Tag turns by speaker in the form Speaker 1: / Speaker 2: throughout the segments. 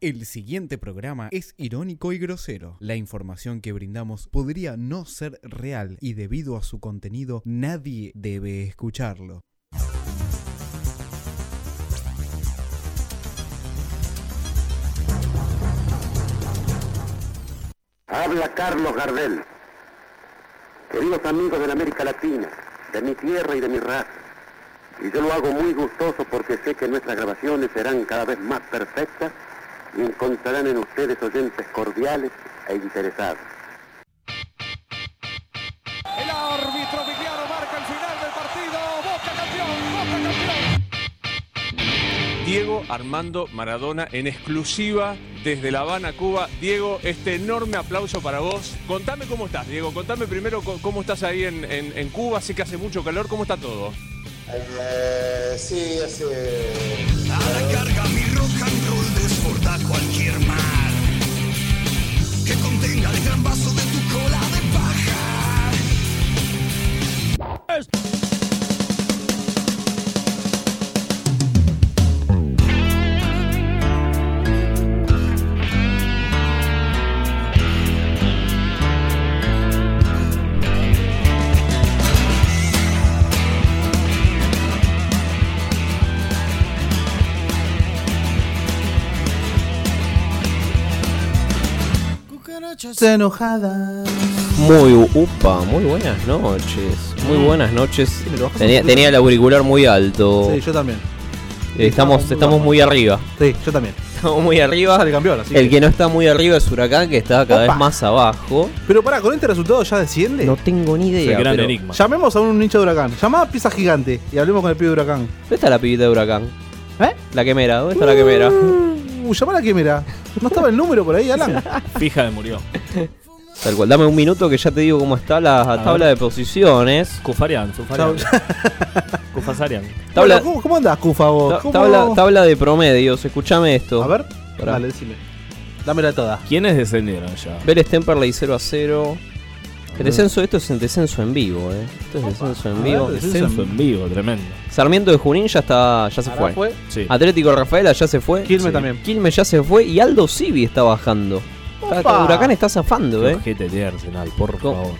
Speaker 1: El siguiente programa es irónico y grosero. La información que brindamos podría no ser real y debido a su contenido nadie debe escucharlo.
Speaker 2: Habla Carlos Gardel. Queridos amigos de la América Latina, de mi tierra y de mi raza. Y yo lo hago muy gustoso porque sé que nuestras grabaciones serán cada vez más perfectas y encontrarán en ustedes oyentes cordiales e interesados.
Speaker 3: El árbitro Vigliano marca el final del partido. Boca campeón, Boca campeón.
Speaker 4: Diego Armando Maradona en exclusiva desde La Habana, Cuba. Diego, este enorme aplauso para vos. Contame cómo estás, Diego. Contame primero co- cómo estás ahí en, en- en Cuba. Sé que hace mucho calor. ¿Cómo está todo?
Speaker 5: Eh, sí, hace.
Speaker 6: A la carga mi rock and roll desborda cualquier mar que contenga el gran vaso de tu cola de paja.
Speaker 7: Muy upa, muy buenas noches.
Speaker 8: Mm.
Speaker 7: Muy buenas noches. Tenía, tenía el auricular muy alto. Eh,
Speaker 8: Sí, yo también.
Speaker 7: estamos estamos muy arriba.
Speaker 8: Sí, yo también.
Speaker 7: Estamos muy arriba.
Speaker 8: Sale campeón, así.
Speaker 7: El que no está muy arriba es Huracán, que está cada
Speaker 8: Opa.
Speaker 7: vez más abajo.
Speaker 8: Pero pará, con este resultado ya desciende.
Speaker 7: No tengo ni idea.
Speaker 9: gran
Speaker 7: pero-
Speaker 9: enigma.
Speaker 8: Llamemos a un nicho de huracán. Llamá a Pizza Gigante y hablemos con el pibe de huracán.
Speaker 7: ¿Dónde está la pibita de Huracán?
Speaker 8: ¿Eh?
Speaker 7: La quemera, ¿dónde está la quemera?
Speaker 8: Uh, llamá a la quimera. No estaba el número por ahí, Alan.
Speaker 9: Fija de murió.
Speaker 7: Tal cual, dame un minuto que ya te digo cómo está la tabla de posiciones.
Speaker 9: Kufarian, Zufarian. Kufasarian.
Speaker 7: Tabla-
Speaker 8: Bueno, ¿cómo, cómo andás, Cufa, vos?
Speaker 7: ta-
Speaker 8: ¿Cómo-
Speaker 7: tabla, tabla de promedios, escúchame esto.
Speaker 8: A ver,
Speaker 7: Pará.
Speaker 8: dale, decime. Dámela toda.
Speaker 9: ¿Quiénes descendieron ya?
Speaker 7: Vélez Temperley 0 a 0. El descenso, esto es el descenso en vivo, eh. Esto es descenso en
Speaker 8: a
Speaker 7: vivo.
Speaker 8: ver,
Speaker 9: Descenso en vivo, tremendo.
Speaker 7: Sarmiento de Junín ya está, ya se fue.
Speaker 9: Sí.
Speaker 7: Atlético Rafaela ya se fue.
Speaker 8: Quilmes también.
Speaker 7: Quilmes ya se fue y Aldo Civi está bajando. Está-
Speaker 8: Opa.
Speaker 7: Huracán está zafando,
Speaker 9: Qué
Speaker 7: eh.
Speaker 9: ojete de Arsenal, por
Speaker 7: Co-
Speaker 9: favor.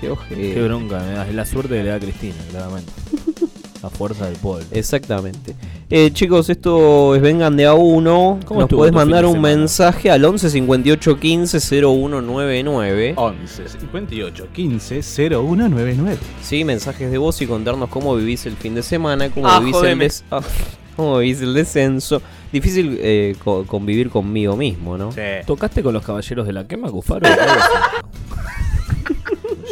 Speaker 7: Qué ojete.
Speaker 9: Qué bronca me das. Es la suerte que le da a Cristina, claramente. La fuerza del pueblo.
Speaker 7: Exactamente. Eh, chicos, esto es Vengan de a uno.
Speaker 9: ¿Cómo
Speaker 7: Nos
Speaker 9: estuvo
Speaker 7: podés
Speaker 9: tu fin
Speaker 7: mandar
Speaker 9: de
Speaker 7: un
Speaker 9: semana?
Speaker 7: mensaje al 11 58 15 0199.
Speaker 8: 11 58 15 0199.
Speaker 7: Sí, mensajes de voz y contarnos cómo vivís el fin de semana, cómo,
Speaker 9: Ah,
Speaker 7: vivís, el
Speaker 9: jodeme.
Speaker 7: des- ah, cómo vivís el descenso. Difícil eh, co- convivir conmigo mismo, ¿no?
Speaker 9: ¿Tocaste con los caballeros de la quema, Cufaro?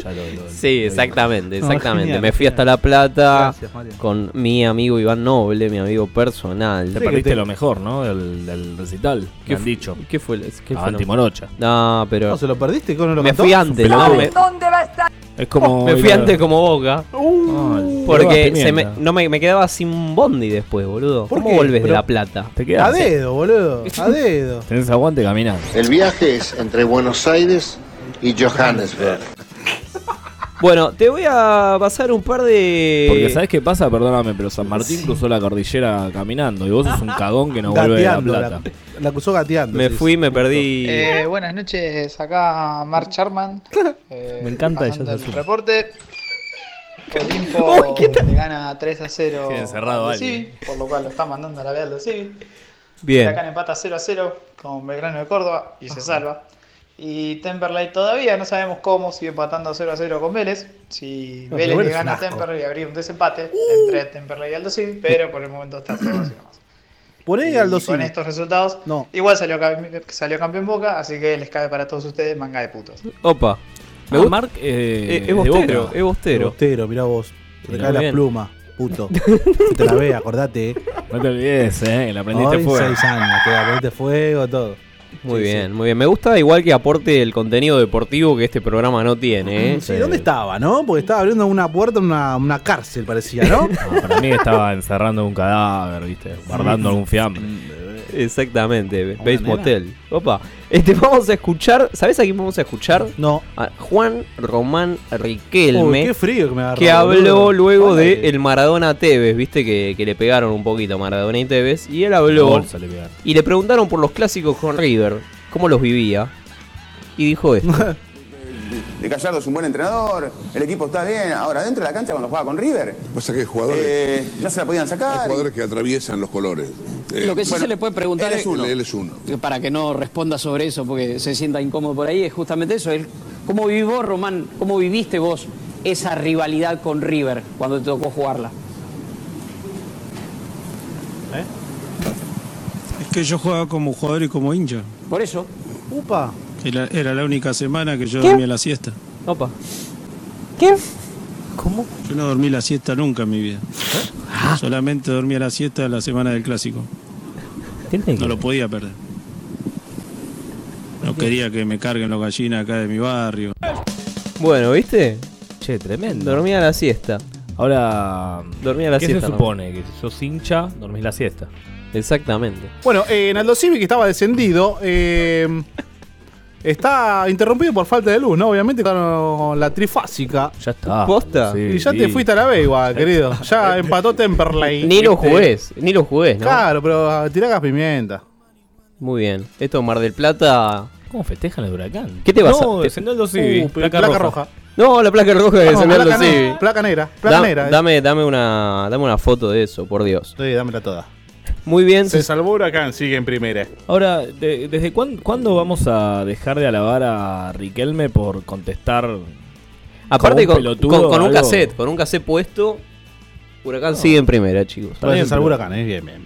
Speaker 9: Ya lo- lo-
Speaker 7: Sí,
Speaker 9: lo-
Speaker 7: exactamente,
Speaker 8: No,
Speaker 7: exactamente.
Speaker 8: genial,
Speaker 7: Me fui
Speaker 8: genial.
Speaker 7: hasta La Plata
Speaker 8: Gracias, Mario.
Speaker 7: con mi amigo Iván Noble, mi amigo personal.
Speaker 9: Te perdiste lo mejor, ¿no? Del, del recital. Que han dicho.
Speaker 7: ¿Qué fue? el- qué fue
Speaker 9: Anti
Speaker 7: lo-
Speaker 9: Morocha.
Speaker 7: no, pero
Speaker 8: No, ¿Se lo perdiste? ¿Cómo no lo
Speaker 7: me
Speaker 8: cantó?
Speaker 7: fui antes. no,
Speaker 9: pelotudo.
Speaker 7: me,
Speaker 9: Es como.
Speaker 7: me fui antes como Boca.
Speaker 8: Uh,
Speaker 9: Mal.
Speaker 7: Porque
Speaker 9: Llevas
Speaker 7: se me,
Speaker 9: pimienta.
Speaker 7: no me, me quedaba sin bondi después, boludo.
Speaker 8: ¿Por
Speaker 7: ¿Cómo
Speaker 8: qué?
Speaker 7: volvés de
Speaker 8: Pero-
Speaker 7: La Plata?
Speaker 9: Te
Speaker 8: A
Speaker 9: quedas.
Speaker 8: dedo, boludo. A dedo.
Speaker 9: Tenés aguante caminando.
Speaker 5: El viaje es entre Buenos Aires y Johannesburg.
Speaker 7: Bueno, te voy a pasar un par de...
Speaker 9: Porque ¿sabes qué pasa? Perdóname, pero San Martín cruzó la cordillera caminando y vos sos un cagón que no vuelve de La
Speaker 8: Gateando. La,
Speaker 9: Plata.
Speaker 8: la acusó gateando.
Speaker 7: Me
Speaker 8: sí,
Speaker 7: fui,
Speaker 8: sí.
Speaker 7: me perdí...
Speaker 10: Eh, buenas noches, acá Mark Charman. eh,
Speaker 9: Me encanta ella,
Speaker 10: pasando
Speaker 9: se
Speaker 10: el
Speaker 9: asume.
Speaker 10: reporte. Que Olimpo le gana 3 a 0.
Speaker 9: Tiene encerrado
Speaker 10: a
Speaker 9: a
Speaker 10: Aldo
Speaker 9: alguien.
Speaker 10: Civi, por lo cual lo está mandando a la vez Aldo Civi.
Speaker 7: Bien.
Speaker 10: Huracán empata 0 a 0 con Belgrano de Córdoba y se salva. Y Temperley todavía no sabemos cómo sigue empatando 0 a 0 con Vélez. Si
Speaker 8: No,
Speaker 10: Vélez
Speaker 8: pero
Speaker 10: le
Speaker 8: Vélez es
Speaker 10: gana a
Speaker 8: un asco. Uh.
Speaker 10: Temperley habría un desempate entre Temperley y Aldo Civi, pero por el momento está 0 a 0 más.
Speaker 8: Poné
Speaker 10: Y
Speaker 8: al 2
Speaker 10: con estos resultados,
Speaker 8: No.
Speaker 10: igual salió, cam- salió campeón Boca, así que les cabe para todos ustedes manga de putos.
Speaker 7: Opa. Me
Speaker 9: Ah,
Speaker 7: gusta-
Speaker 9: Mark eh,
Speaker 7: Eh,
Speaker 9: de
Speaker 7: es bostero,
Speaker 9: Boca.
Speaker 7: es bostero.
Speaker 8: Bostero, mirá vos. Te
Speaker 7: Mirá
Speaker 8: cae la
Speaker 7: bien.
Speaker 8: pluma, puto. Se te la ve, acordate, eh.
Speaker 9: No te olvides, eh, que la aprendiste
Speaker 8: Hoy,
Speaker 9: fuera.
Speaker 8: seis años, te la prendiste fuego, todo.
Speaker 7: Muy
Speaker 8: Sí,
Speaker 7: bien, muy bien. Me gusta igual que aporte el contenido deportivo que este programa no tiene. ¿eh?
Speaker 8: Mm, Sí, ¿dónde estaba, no? Porque estaba abriendo una puerta en una, una cárcel, parecía, ¿no?
Speaker 9: No, para mí estaba encerrando un cadáver, viste, guardando algún fiambre.
Speaker 7: Exactamente, Base Motel. Opa. Este, vamos a escuchar. ¿Sabes a quién vamos a escuchar?
Speaker 8: No.
Speaker 7: A Juan Román Riquelme.
Speaker 8: Uy, qué frío que me agarró,
Speaker 7: habló
Speaker 8: boludo.
Speaker 7: luego
Speaker 8: Hola,
Speaker 7: de
Speaker 8: eh.
Speaker 7: el Maradona Tevez, viste que, que le pegaron un poquito a Maradona y Tevez. Y él habló.
Speaker 9: Bolsa le pegaron.
Speaker 7: Y le preguntaron por los clásicos con River, cómo los vivía. Y dijo esto.
Speaker 2: De Gallardo es un buen entrenador, el equipo está bien. Ahora, dentro de la cancha, cuando jugaba con River,
Speaker 4: Pues
Speaker 11: Pasa que hay jugadores.
Speaker 2: Eh, no se la podían sacar.
Speaker 11: Hay jugadores que atraviesan los colores. Eh,
Speaker 4: Lo que sí
Speaker 11: bueno,
Speaker 4: se le puede preguntar
Speaker 11: él
Speaker 4: es-
Speaker 11: es uno. Él es uno.
Speaker 4: para que no responda sobre eso porque se sienta incómodo por ahí, es justamente eso. el- ¿Cómo vivís vos, Román? ¿Cómo viviste vos esa rivalidad con River cuando te tocó jugarla?
Speaker 12: Es que yo jugaba como jugador y como hincha.
Speaker 4: Por eso.
Speaker 8: Upa.
Speaker 12: Era, era la única semana que yo
Speaker 4: ¿Qué?
Speaker 12: dormía la siesta.
Speaker 7: Opa. ¿Qué?
Speaker 12: ¿Cómo? Yo no dormí la siesta nunca en mi vida.
Speaker 7: Ah.
Speaker 12: Solamente dormía la siesta la semana del clásico. No lo podía perder. No quería que me carguen los gallinas acá de mi barrio.
Speaker 7: Bueno, ¿viste? Che, tremendo. Dormía la siesta.
Speaker 9: Ahora.
Speaker 7: Dormía la
Speaker 9: ¿Qué
Speaker 7: siesta.
Speaker 9: se
Speaker 7: ¿no?
Speaker 9: supone? Que si sos hincha, dormís la siesta.
Speaker 7: Exactamente.
Speaker 8: Bueno, eh, Naldo Civi, que estaba descendido, eh, está interrumpido por falta de luz, ¿no? Obviamente con la trifásica.
Speaker 9: Ya está.
Speaker 8: ¿Posta?
Speaker 7: Sí,
Speaker 8: y ya te
Speaker 7: sí.
Speaker 8: fuiste a la B igual, querido. Ya empató Temperley.
Speaker 7: Ni lo
Speaker 8: ¿viste?
Speaker 7: jugués, ni lo jugués, ¿no?
Speaker 8: Claro, pero ah, tirá gas pimienta.
Speaker 7: Muy bien. Esto Mar del Plata.
Speaker 9: ¿Cómo festejan el huracán?
Speaker 7: ¿Qué te Uh, vas
Speaker 9: No,
Speaker 7: a.?
Speaker 9: es Senaldo Civi, placa roja.
Speaker 7: No, la placa roja
Speaker 8: Ah,
Speaker 7: de
Speaker 8: no,
Speaker 7: Senaldo
Speaker 8: placa ne-
Speaker 7: Civi.
Speaker 8: placa negra, placa
Speaker 7: Da-
Speaker 8: negra, eh.
Speaker 7: Dame, dame, una, dame una foto de eso, por Dios.
Speaker 8: Sí, dámela toda.
Speaker 7: Muy bien.
Speaker 8: Se salvó Huracán, sigue en primera.
Speaker 9: Ahora, de- ¿desde cuán- cuándo vamos a dejar de alabar a Riquelme por contestar?
Speaker 7: Aparte,
Speaker 9: como
Speaker 7: con,
Speaker 9: un pelotudo
Speaker 7: con- con un
Speaker 9: algo?
Speaker 7: cassette, con un cassette puesto. Huracán sigue en primera, chicos.
Speaker 9: Está bien, pero-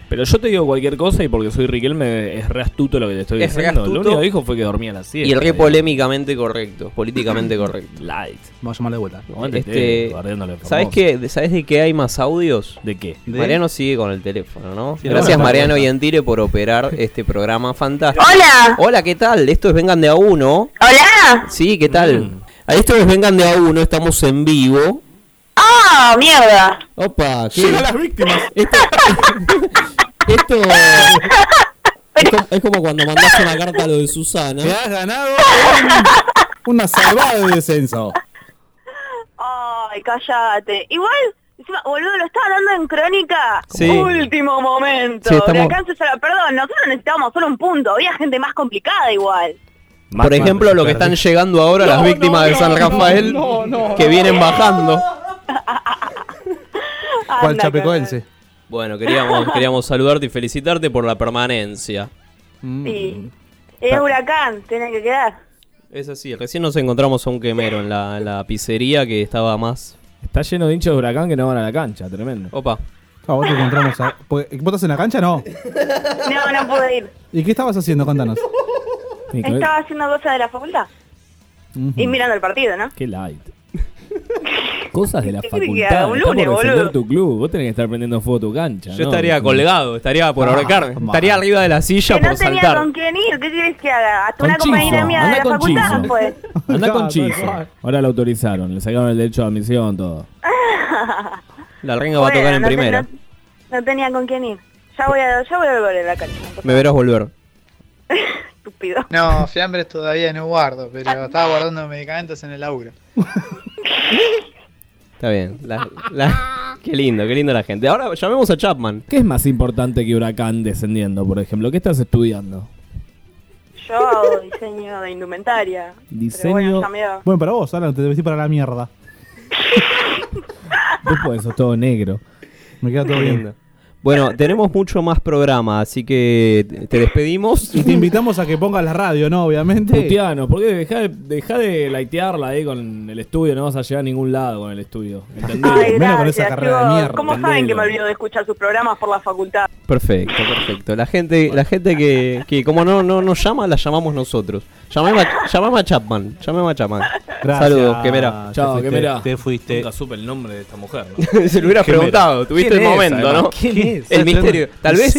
Speaker 9: Pero yo te digo cualquier cosa y porque soy Riquelme es re astuto lo que te estoy
Speaker 7: Es re
Speaker 9: diciendo.
Speaker 7: astuto.
Speaker 9: Lo único que dijo fue que dormía a las 7.
Speaker 7: Y el re polémicamente correcto, políticamente correcto.
Speaker 9: Light.
Speaker 8: Vamos a llamarle de vuelta.
Speaker 7: Este,
Speaker 9: Guardiándole por
Speaker 7: ¿sabés,
Speaker 9: vos.
Speaker 7: qué, de- ¿Sabés de qué hay más audios?
Speaker 9: ¿De qué?
Speaker 8: ¿De?
Speaker 7: Mariano sigue con el teléfono, ¿no?
Speaker 9: Sí,
Speaker 7: Gracias
Speaker 9: bueno,
Speaker 7: Mariano
Speaker 9: bueno.
Speaker 7: y Antire por operar este programa fantástico. ¡Hola! Hola, ¿qué tal? Esto es Vengan de a uno. ¡Hola! Sí, ¿qué tal? A Esto es Vengan de a uno, estamos en vivo.
Speaker 13: ¡Ah, mierda!
Speaker 7: Opa, ¿qué?
Speaker 13: Llegó las
Speaker 7: víctimas. Esto, esto es, como, es como cuando mandás una carta a lo de Susana.
Speaker 14: Te has ganado una salvada de descenso.
Speaker 13: Ay, cállate. Igual, encima, boludo, lo estaba dando en crónica.
Speaker 14: Sí.
Speaker 13: Último momento.
Speaker 7: Sí, estamos-
Speaker 13: Huracán se salva. Perdón, nosotros necesitábamos solo un punto. Había gente más complicada igual.
Speaker 7: Por ejemplo, lo que están llegando ahora las víctimas de San Rafael que vienen bajando.
Speaker 8: ¿Cuál chapecoense?
Speaker 7: Bueno, queríamos, queríamos saludarte y felicitarte por la permanencia.
Speaker 13: Sí. Es huracán, tiene que quedar.
Speaker 7: Es así, recién nos encontramos a un quemero en la, en la pizzería que estaba más.
Speaker 9: Está lleno de hinchas de huracán que no van a la cancha, tremendo.
Speaker 7: Opa.
Speaker 8: Ah, vos te encontramos a- porque- ¿Vos estás en la cancha? No.
Speaker 13: No, no pude ir.
Speaker 8: ¿Y qué estabas haciendo? Contanos. eh.
Speaker 13: Estaba haciendo cosas de la facultad. Y mirando el partido, ¿no?
Speaker 9: Qué light. Cosas de la
Speaker 13: ¿Qué
Speaker 9: facultad.
Speaker 13: querés que haga? Un
Speaker 9: está por
Speaker 13: lunes,
Speaker 9: defender
Speaker 13: boludo.
Speaker 9: tu club. Vos tenés que estar prendiendo fuego a tu cancha.
Speaker 7: Yo
Speaker 9: ¿no?
Speaker 7: estaría colgado, estaría por
Speaker 9: Ah,
Speaker 7: ahorcarme.
Speaker 9: ma.
Speaker 7: Estaría arriba de la silla
Speaker 13: Que no
Speaker 7: por
Speaker 13: tenía
Speaker 7: saltar.
Speaker 13: con quién ir. ¿Qué quieres que haga? Hasta
Speaker 9: Con
Speaker 13: una compañera
Speaker 9: Chinfo,
Speaker 13: mía de
Speaker 9: anda
Speaker 13: la
Speaker 9: con
Speaker 13: facultad,
Speaker 9: Chinfo.
Speaker 13: pues.
Speaker 9: Anda
Speaker 7: Claro,
Speaker 9: con chifo.
Speaker 7: claro.
Speaker 9: Ahora la autorizaron, le sacaron el derecho de admisión, todo.
Speaker 7: La renga va a tocar
Speaker 13: Bueno,
Speaker 7: en
Speaker 13: no te-
Speaker 7: primera.
Speaker 13: no- No tenía con quién ir. Ya voy a, ya voy a volver a la cancha.
Speaker 7: Me verás volver.
Speaker 13: Estúpido.
Speaker 10: No, fiambres todavía no guardo, pero estaba guardando medicamentos en el aura.
Speaker 7: Está bien. La- la- Qué lindo, qué lindo la gente. Ahora llamemos a Chapman.
Speaker 9: ¿Qué es más importante que Huracán descendiendo, por ejemplo? ¿Qué estás estudiando?
Speaker 13: Yo hago diseño de indumentaria. Pero bueno, ya me da.
Speaker 8: Bueno, para vos, Alan, te vestís para la mierda.
Speaker 9: Vos podés, sos todo negro.
Speaker 8: Me queda todo bien.
Speaker 7: Eh. Bueno, tenemos mucho más programa, así que te- te despedimos.
Speaker 8: Y te invitamos a que pongas la radio, ¿no? Obviamente.
Speaker 9: Puteano, porque dejá de, dejá de laitearla ahí con el estudio, no vas a llegar a ningún lado con el estudio. ¿entendés?
Speaker 13: Ay,
Speaker 9: Menos con
Speaker 13: gracias,
Speaker 9: esa carrera de
Speaker 13: chicos.
Speaker 9: mierda,
Speaker 13: ¿Cómo saben
Speaker 9: entendelo.
Speaker 13: que me olvido de escuchar sus programas por la facultad?
Speaker 7: Perfecto, perfecto. La gente, la gente que, que como no, no nos llama, la llamamos nosotros. Llamame a, llamame a Chapman, llamame a Chapman. Saludos, que mira.
Speaker 9: Chao, que mira.
Speaker 8: te fuiste.
Speaker 9: Nunca supe el nombre de esta mujer.
Speaker 7: Se lo hubieras preguntado, tuviste el momento, ¿no? El misterio. Tal vez.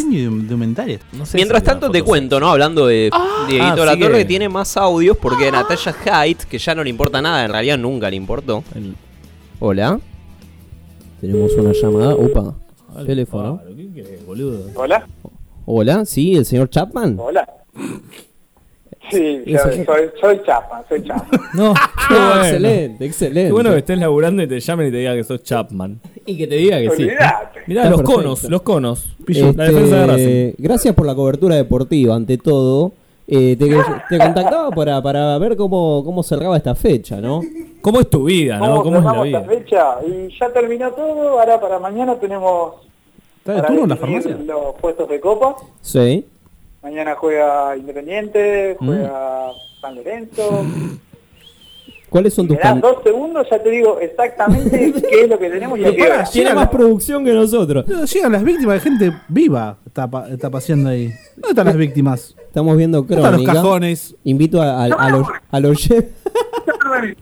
Speaker 7: Mientras tanto te cuento, ¿no? Hablando de Dieguito
Speaker 9: Ah,
Speaker 7: La
Speaker 9: sigue.
Speaker 7: Torre, tiene más audios porque a Natalia Haidt, que ya no le importa nada, en realidad nunca le importó. Hola. Tenemos una llamada. Opa. Teléfono.
Speaker 9: ¿Qué boludo?
Speaker 15: Hola.
Speaker 7: Hola, sí, el señor Chapman.
Speaker 15: Hola. Sí, yo,
Speaker 7: Eso es-
Speaker 15: soy, soy chapa, soy chapa.
Speaker 7: No,
Speaker 15: bueno.
Speaker 7: excelente, excelente.
Speaker 9: Qué bueno que estés laburando y te llamen y te digan que sos Chapman.
Speaker 7: Y que te diga
Speaker 9: que sí.
Speaker 15: Olvidate.
Speaker 9: Mirá,
Speaker 7: Está
Speaker 9: los
Speaker 7: perfecto.
Speaker 9: conos, los conos.
Speaker 7: Este,
Speaker 9: La defensa de Racing.
Speaker 7: Gracias por la cobertura deportiva, ante todo. Eh, te,
Speaker 9: Ah.
Speaker 7: te contactaba para, para ver cómo, cómo cerraba esta fecha, ¿no?
Speaker 9: ¿Cómo es tu vida,
Speaker 15: ¿Cómo, cerramos la fecha? Y ya terminó todo, ahora para mañana tenemos...
Speaker 7: de
Speaker 15: para
Speaker 7: turno en la
Speaker 15: definir
Speaker 7: farmacia?
Speaker 15: Los puestos de copa.
Speaker 7: Sí.
Speaker 15: Mañana juega Independiente, juega San Lorenzo.
Speaker 7: ¿Cuáles son
Speaker 15: Me
Speaker 7: tus
Speaker 15: das
Speaker 7: can-
Speaker 15: dos segundos, ya te digo exactamente qué es lo que tenemos y a qué hora.
Speaker 7: producción que nosotros.
Speaker 8: Llegan las víctimas de gente viva. Está, pa- está paseando ahí. ¿Dónde están las víctimas?
Speaker 7: Estamos viendo
Speaker 8: están los
Speaker 7: crónica.
Speaker 8: cajones?
Speaker 7: Invito a, a, a los a los chefs.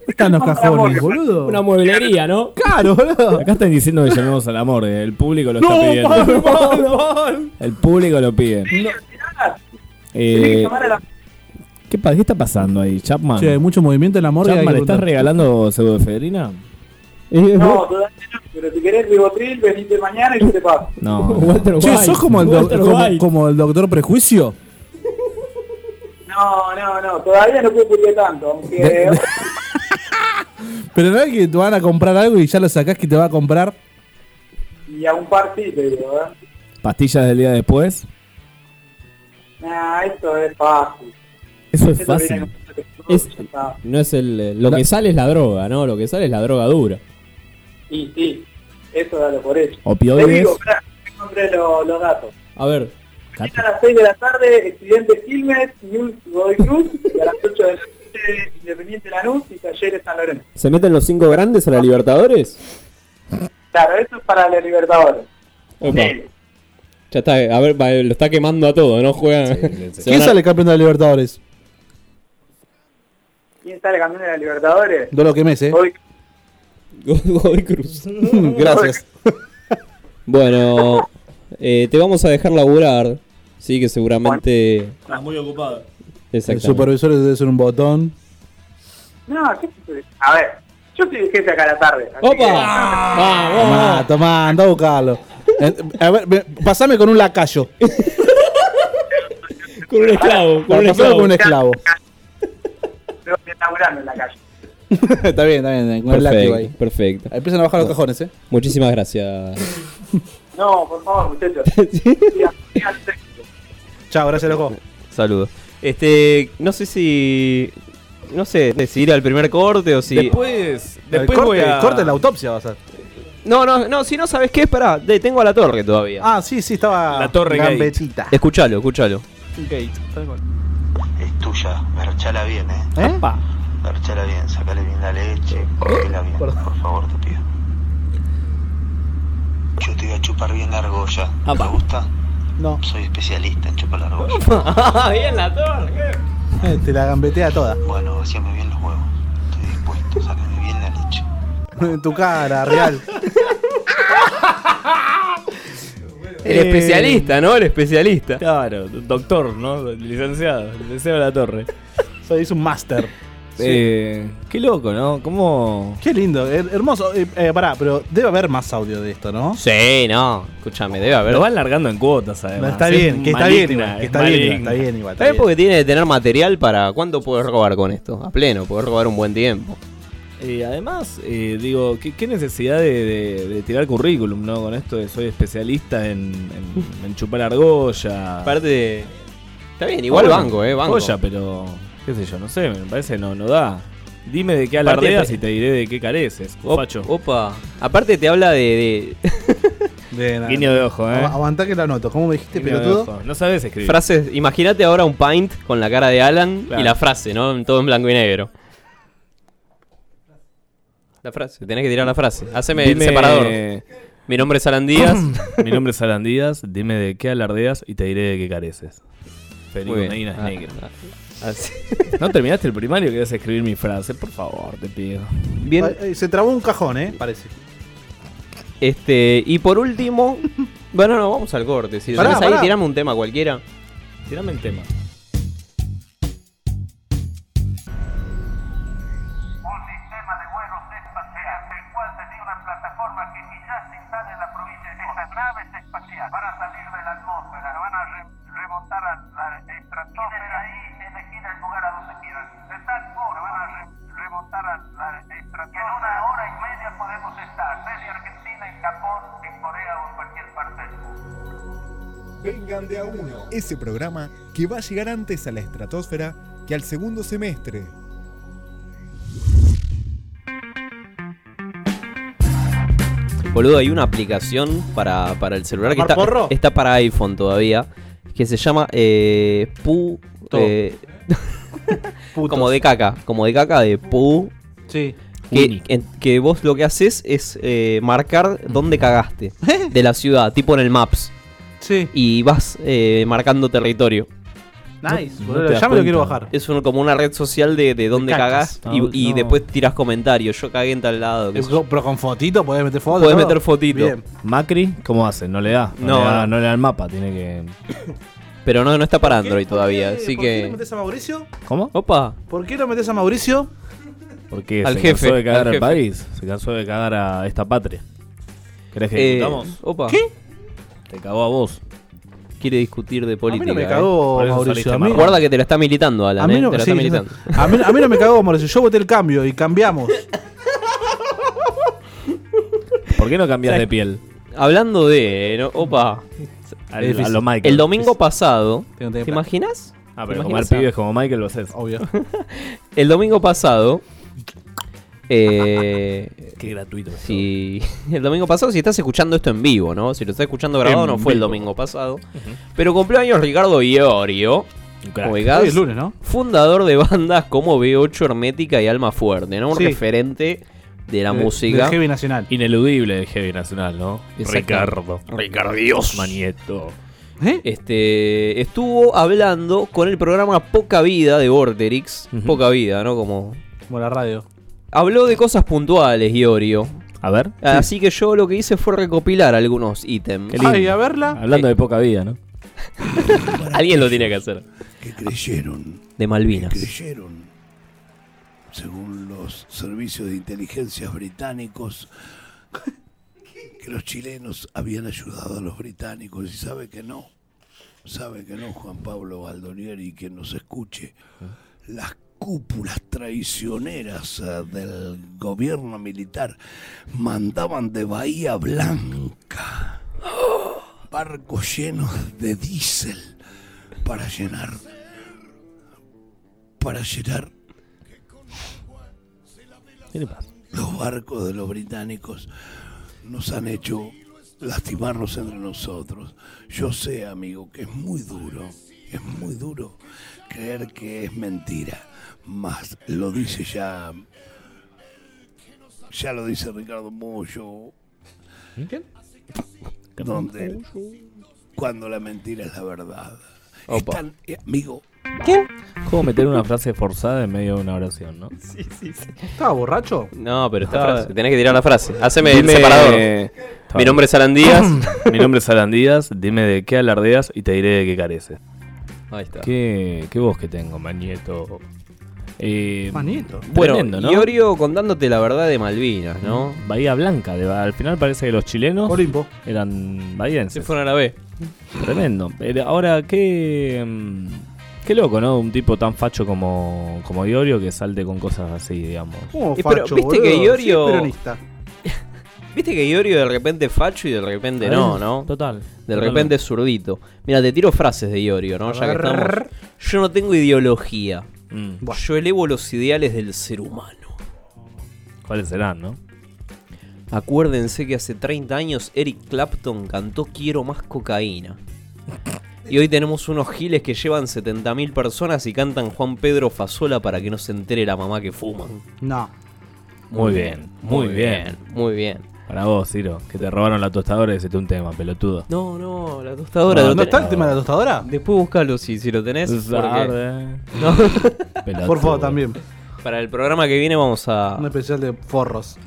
Speaker 8: Están los cajones, boludo.
Speaker 9: Una mueblería, ¿no?
Speaker 8: Claro, boludo.
Speaker 9: Acá están diciendo que llamemos al amor. eh, El público lo está pidiendo. El público lo pide. Eh,
Speaker 8: Tenés que llamar a
Speaker 9: ¿qué, pa- qué está pasando ahí, Chapman?
Speaker 8: Che, hay mucho movimiento en la morgue.
Speaker 9: Chapman,
Speaker 8: hay que
Speaker 9: ¿estás
Speaker 8: preguntar.
Speaker 9: regalando pseudoefedrina?
Speaker 8: Eh,
Speaker 15: No, todavía no, pero si querés ribotril, venite mañana y yo te paso.
Speaker 9: No.
Speaker 8: Che, ¿sos como el, doc-
Speaker 15: Walter
Speaker 8: como,
Speaker 15: White.
Speaker 8: como el doctor prejuicio?
Speaker 15: No, no, no, todavía no puedo pulir tanto, aunque...
Speaker 8: Pero no es que te van a comprar algo y ya lo sacás que te va a comprar.
Speaker 15: y a un par sí te digo, ¿eh?
Speaker 9: ¿Pastillas del día después?
Speaker 15: Nah, esto es fácil.
Speaker 9: Eso es
Speaker 15: Esto
Speaker 9: fácil.
Speaker 15: viene
Speaker 7: Es, no es el, eh, lo que sale es la droga, ¿no? Lo que sale es la droga dura.
Speaker 15: Y sí, eso dalo por hecho.
Speaker 7: Opioides.
Speaker 15: Te digo, pará, te encontré lo- los datos.
Speaker 7: A ver.
Speaker 15: Mañana A las 6 de la tarde, Estudiantes Quilmes, News Godoy Cruz, y a las 8 de la noche, Independiente Lanús y Talleres San Lorenzo.
Speaker 7: ¿Se meten los cinco grandes a la Libertadores?
Speaker 15: Claro, eso es para los Libertadores.
Speaker 7: Opa. Ya está, a ver, va, lo está quemando a todo, ¿no? Juegan. se
Speaker 8: ¿Quién
Speaker 7: van a-
Speaker 8: sale campeón de la Libertadores?
Speaker 15: ¿Quién sale campeón de la Libertadores?
Speaker 8: No lo quemes, eh.
Speaker 7: Godoy Cruz. Gracias. Bueno, eh, te vamos a dejar laburar. Sí, que seguramente.
Speaker 9: Estás muy ocupado.
Speaker 8: El
Speaker 7: Exactamente.
Speaker 8: supervisor debe ser un botón.
Speaker 15: No, ¿qué se- A ver, yo soy jefe acá a la tarde. así que-
Speaker 9: Ah,
Speaker 8: Tomá, tomá, andá a buscarlo. Eh, A ver, ve- pasame con un lacayo.
Speaker 7: con un esclavo.
Speaker 8: Con un esclavo. Con un esclavo.
Speaker 15: Tengo que estar laburando en la calle.
Speaker 8: está bien, está bien. está bien, Con el látigo ahí.
Speaker 7: Perfecto, perfecto.
Speaker 8: Empiezan a bajar los cajones, eh.
Speaker 7: Muchísimas gracias.
Speaker 15: No, por favor, muchachos.
Speaker 8: Chao, gracias, loco.
Speaker 16: Saludos. Este, no sé si. No sé, si ir al primer corte o si.
Speaker 9: Después,
Speaker 16: El
Speaker 9: después
Speaker 16: corte-
Speaker 9: voy a...
Speaker 16: el corte de la
Speaker 8: autopsia va a ser.
Speaker 16: No, no, no, si no sabes qué, pará, de- tengo a la torre todavía.
Speaker 8: Ah, sí, sí, estaba.
Speaker 16: La Torre Gate.
Speaker 8: Gambetita.
Speaker 16: Escuchalo, escuchalo.
Speaker 17: Es tuya, merchala bien, eh.
Speaker 8: ¿Eh?
Speaker 17: Merchala bien, sacale bien la
Speaker 16: ¿Eh?
Speaker 17: leche, cógela bien, por favor, te pido. Yo te voy a chupar bien la argolla. ¿Te gusta?
Speaker 8: No.
Speaker 17: Soy especialista en chupar la argolla.
Speaker 16: bien la torre.
Speaker 8: Eh, Te la gambetea toda.
Speaker 17: Bueno, vaciame bien los huevos. Estoy dispuesto, sacame bien la leche.
Speaker 8: En tu cara, real.
Speaker 16: El
Speaker 8: Eh,
Speaker 9: Eh,
Speaker 16: especialista, ¿no? El especialista.
Speaker 9: Claro, doctor, ¿no? Licenciado, licenciado de la torre.
Speaker 8: Soy un máster.
Speaker 9: Eh, qué loco, ¿no? ¿Cómo...?
Speaker 8: Qué lindo, her- hermoso. Eh, eh, pará, pero debe haber más audio de esto, ¿no?
Speaker 16: Sí, Eh, no. Escúchame, debe haber.
Speaker 9: Lo van largando en cuotas, además.
Speaker 8: Está
Speaker 9: Es
Speaker 8: bien, que está bien
Speaker 9: maligna,
Speaker 8: igual, Ah, que
Speaker 9: es
Speaker 8: está bien,
Speaker 9: maligna.
Speaker 8: está bien igual.
Speaker 16: También porque tiene que tener material para. ¿Cuánto puedes robar con esto? A pleno, puedes robar un buen tiempo.
Speaker 9: Eh, además, eh, digo, ¿qué, qué necesidad de, de- de tirar currículum, ¿no? Con esto de soy especialista en, en- en chupar argolla.
Speaker 16: Aparte, está bien, igual banco, eh, banco.
Speaker 9: Argolla, pero, qué sé yo, no sé, me parece no, no da. Dime de qué
Speaker 16: Aparte,
Speaker 9: alardeas
Speaker 16: pre-
Speaker 9: y te diré de qué careces,
Speaker 16: Op-
Speaker 9: facho.
Speaker 16: Opa. Aparte te habla de. de-
Speaker 8: Bien,
Speaker 9: Guiño de ojo, eh.
Speaker 8: Agu- aguantá que la anoto. ¿Cómo me dijiste,
Speaker 16: Guiño de
Speaker 8: pelotudo?
Speaker 16: ojo.
Speaker 9: No sabes escribir.
Speaker 16: Frases, imagínate ahora un pint con la cara de Alan
Speaker 9: Claro.
Speaker 16: y la frase, ¿no? En Todo en blanco y negro. La frase, tenés que tirar la frase. Haceme
Speaker 9: Dime-
Speaker 16: el separador. Mi nombre es Alan Díaz.
Speaker 9: Mi nombre es Alan Díaz, dime de qué alardeas y te diré de qué careces. Federico
Speaker 16: Muy bien.
Speaker 9: Medina
Speaker 16: Ah,
Speaker 9: Snegre.
Speaker 16: ah, así.
Speaker 9: ¿No terminaste el primario? ¿Querés escribir mi frase? Por favor, te pido.
Speaker 8: Ay, ay, se trabó un cajón, eh, parece.
Speaker 16: Este, y por último. Bueno, no, vamos al corte. Si
Speaker 8: Pará,
Speaker 16: tenés ahí,
Speaker 8: pará.
Speaker 16: tirame un tema cualquiera.
Speaker 9: Tirame el tema.
Speaker 6: plataforma que quizás están en la provincia de estas naves espaciales para salir de la atmósfera, van a
Speaker 18: vengan de a uno.
Speaker 1: Ese programa que va a llegar antes a la estratosfera que al segundo semestre.
Speaker 7: Boludo, hay una aplicación para, para el celular que está,
Speaker 19: ¿Marporro?
Speaker 7: está para iPhone todavía. Que se llama eh, Pu.
Speaker 19: Todo.
Speaker 7: eh, como de caca. Como de caca de Pu.
Speaker 9: Sí.
Speaker 7: Que, en- que vos lo que haces es eh, marcar dónde cagaste de la ciudad, tipo en el Maps.
Speaker 8: Sí.
Speaker 7: Y vas eh, marcando territorio.
Speaker 8: Nice,
Speaker 7: No
Speaker 8: boludo.
Speaker 7: te das
Speaker 8: ya me lo
Speaker 7: cuenta.
Speaker 8: quiero bajar.
Speaker 7: Es un- como una red social de, de dónde
Speaker 8: cacas.
Speaker 7: cagás y,
Speaker 8: No,
Speaker 7: y
Speaker 8: no.
Speaker 7: después tiras comentarios. Yo cagué en tal lado. qué sé yo.
Speaker 8: Pero con fotito, podés meter fotos.
Speaker 7: Podés meter fotito.
Speaker 8: Bien.
Speaker 9: Macri, ¿cómo hace? No le da. No,
Speaker 7: No.
Speaker 9: le, da, no le da el mapa, tiene que.
Speaker 7: Pero no, no está para Android todavía, así
Speaker 8: ¿Por qué no
Speaker 7: que.
Speaker 8: metes a Mauricio?
Speaker 9: ¿Cómo?
Speaker 7: Opa.
Speaker 8: ¿Por qué no metes a Mauricio?
Speaker 9: Porque
Speaker 7: Al
Speaker 9: se
Speaker 7: jefe,
Speaker 9: cansó de cagar
Speaker 7: al
Speaker 9: al,
Speaker 7: jefe.
Speaker 9: país. Se cansó de cagar a esta patria. ¿Querés que
Speaker 7: Eh,
Speaker 9: discutamos?
Speaker 7: opa.
Speaker 9: Te cagó a vos.
Speaker 7: Quiere discutir de política.
Speaker 8: me
Speaker 7: eh.
Speaker 8: cagó, Por eso Mauricio, saliste a mí- mal.
Speaker 7: Guarda que te lo está militando, Alan.
Speaker 8: A mí,
Speaker 7: eh,
Speaker 8: no,
Speaker 7: te lo
Speaker 8: sí,
Speaker 7: está
Speaker 8: sí,
Speaker 7: militando.
Speaker 8: sí. A mí- a mí no me cagó Mauricio. Yo voté el cambio y cambiamos.
Speaker 9: ¿Por qué no cambias
Speaker 7: ¿Sabes?
Speaker 9: de piel?
Speaker 7: Hablando de. eh, no- opa.
Speaker 9: Al- a lo Michael.
Speaker 7: El domingo pasado.
Speaker 9: Tengo
Speaker 7: ¿Te
Speaker 9: tele-
Speaker 7: imaginas?
Speaker 9: Ah,
Speaker 7: ¿Te
Speaker 9: pero comer
Speaker 7: imaginas?
Speaker 9: pibes como Michael lo haces.
Speaker 8: Obvio.
Speaker 7: El domingo pasado. Eh,
Speaker 9: Qué gratuito.
Speaker 7: Si, el domingo pasado, si estás escuchando esto en vivo, ¿no? Si lo estás escuchando grabado,
Speaker 9: En
Speaker 7: no fue el
Speaker 9: vivo.
Speaker 7: domingo pasado. Pero cumplió años Ricardo Iorio.
Speaker 9: crack.
Speaker 7: oigas,
Speaker 9: Hoy es lunes, ¿no?
Speaker 7: Fundador de bandas como B8 Hermética y Alma Fuerte, ¿no? Un
Speaker 9: Sí.
Speaker 7: referente de la
Speaker 9: De-
Speaker 7: música.
Speaker 9: del heavy
Speaker 8: nacional.
Speaker 9: Ineludible el heavy nacional, ¿no?
Speaker 7: Exacto.
Speaker 9: Ricardo.
Speaker 7: Ricardios.
Speaker 9: Manieto. ¿eh?
Speaker 7: Este estuvo hablando con el programa Poca Vida de Vorterix. Poca Vida, ¿no? Como
Speaker 8: Como la radio.
Speaker 7: Habló de cosas puntuales, Iorio.
Speaker 9: A ver.
Speaker 7: Así que yo lo que hice fue recopilar algunos ítems.
Speaker 8: Ay, a verla.
Speaker 9: Hablando de poca vida, ¿no?
Speaker 7: Alguien lo tiene que hacer.
Speaker 11: Que creyeron.
Speaker 7: De Malvinas.
Speaker 11: que creyeron, según los servicios de inteligencia británicos, que los chilenos habían ayudado a los británicos. Y sabe que no. Sabe que no, Juan Pablo Baldonieri, quien nos escuche. Las cúpulas traicioneras eh, del gobierno militar mandaban de Bahía Blanca barcos llenos de diésel para llenar para llenar los barcos de los británicos nos han hecho lastimarnos entre nosotros. Yo sé, amigo, que es muy duro, es muy duro creer que es mentira, mas lo dice ya, ya lo dice Ricardo Mollo, donde cuando la mentira es la verdad. Están, eh, amigo,
Speaker 7: ¿Qué?
Speaker 9: ¿Cómo meter una frase forzada en medio de una oración, no?
Speaker 7: Sí, sí, sí.
Speaker 8: ¿Estaba borracho?
Speaker 7: No, pero
Speaker 9: La
Speaker 7: está.
Speaker 9: frase.
Speaker 7: Tenés que tirar la frase. Haceme
Speaker 9: Dime-
Speaker 7: el separador.
Speaker 9: Está
Speaker 7: Mi
Speaker 9: bien.
Speaker 7: nombre es Alan Díaz.
Speaker 9: Mi nombre es Alan Díaz. Dime de qué alardeas y te diré de qué careces.
Speaker 7: Ahí está.
Speaker 9: ¿Qué, qué voz que tengo, Manieto? Eh,
Speaker 8: Manieto.
Speaker 7: Bueno,
Speaker 9: tremendo, ¿no?
Speaker 7: Iorio contándote la verdad de Malvinas, ¿no?
Speaker 9: Bahía Blanca. de- al final parece que los chilenos eran
Speaker 7: Se
Speaker 9: bahienses.
Speaker 7: fueron a la B.
Speaker 9: Tremendo. Pero Ahora, qué. mm, Qué loco, ¿no? Un tipo tan facho como, como Iorio que salte con cosas así, digamos.
Speaker 8: ¿Cómo
Speaker 7: Y pero,
Speaker 8: facho,
Speaker 7: ¿viste
Speaker 8: boludo?
Speaker 7: que
Speaker 8: Sí,
Speaker 7: Iorio-
Speaker 8: peronista.
Speaker 7: Viste que Iorio de repente es facho y de repente
Speaker 9: A
Speaker 7: no,
Speaker 9: ver,
Speaker 7: ¿no?
Speaker 9: total.
Speaker 7: De
Speaker 9: Totalmente.
Speaker 7: repente es zurdito. Mira, te tiro frases de Iorio, ¿no? Ya que
Speaker 9: ver.
Speaker 7: estamos. Yo no tengo ideología.
Speaker 9: Mm.
Speaker 7: Yo elevo los ideales del ser humano.
Speaker 9: ¿Cuáles serán, no?
Speaker 7: Acuérdense que hace 30 años Eric Clapton cantó Quiero más cocaína. Y hoy tenemos unos giles que llevan 70.000 personas y cantan Juan Pedro Fasola para que no se entere la mamá que fuman.
Speaker 8: No.
Speaker 9: Muy bien, muy bien.
Speaker 7: Muy bien.
Speaker 9: Para vos, Ciro, que te robaron la tostadora y hiciste un tema, pelotudo.
Speaker 7: No, no, la tostadora.
Speaker 9: No,
Speaker 7: lo
Speaker 9: Ah, ¿no
Speaker 7: tenés.
Speaker 9: está el tema de la
Speaker 8: tostadora?
Speaker 7: Después buscalo si, si lo tenés.
Speaker 9: Es
Speaker 7: porque-
Speaker 9: tarde.
Speaker 7: No.
Speaker 9: Pelotudo. Por favor,
Speaker 8: también.
Speaker 7: Para el programa que viene vamos a.
Speaker 8: Un especial de forros.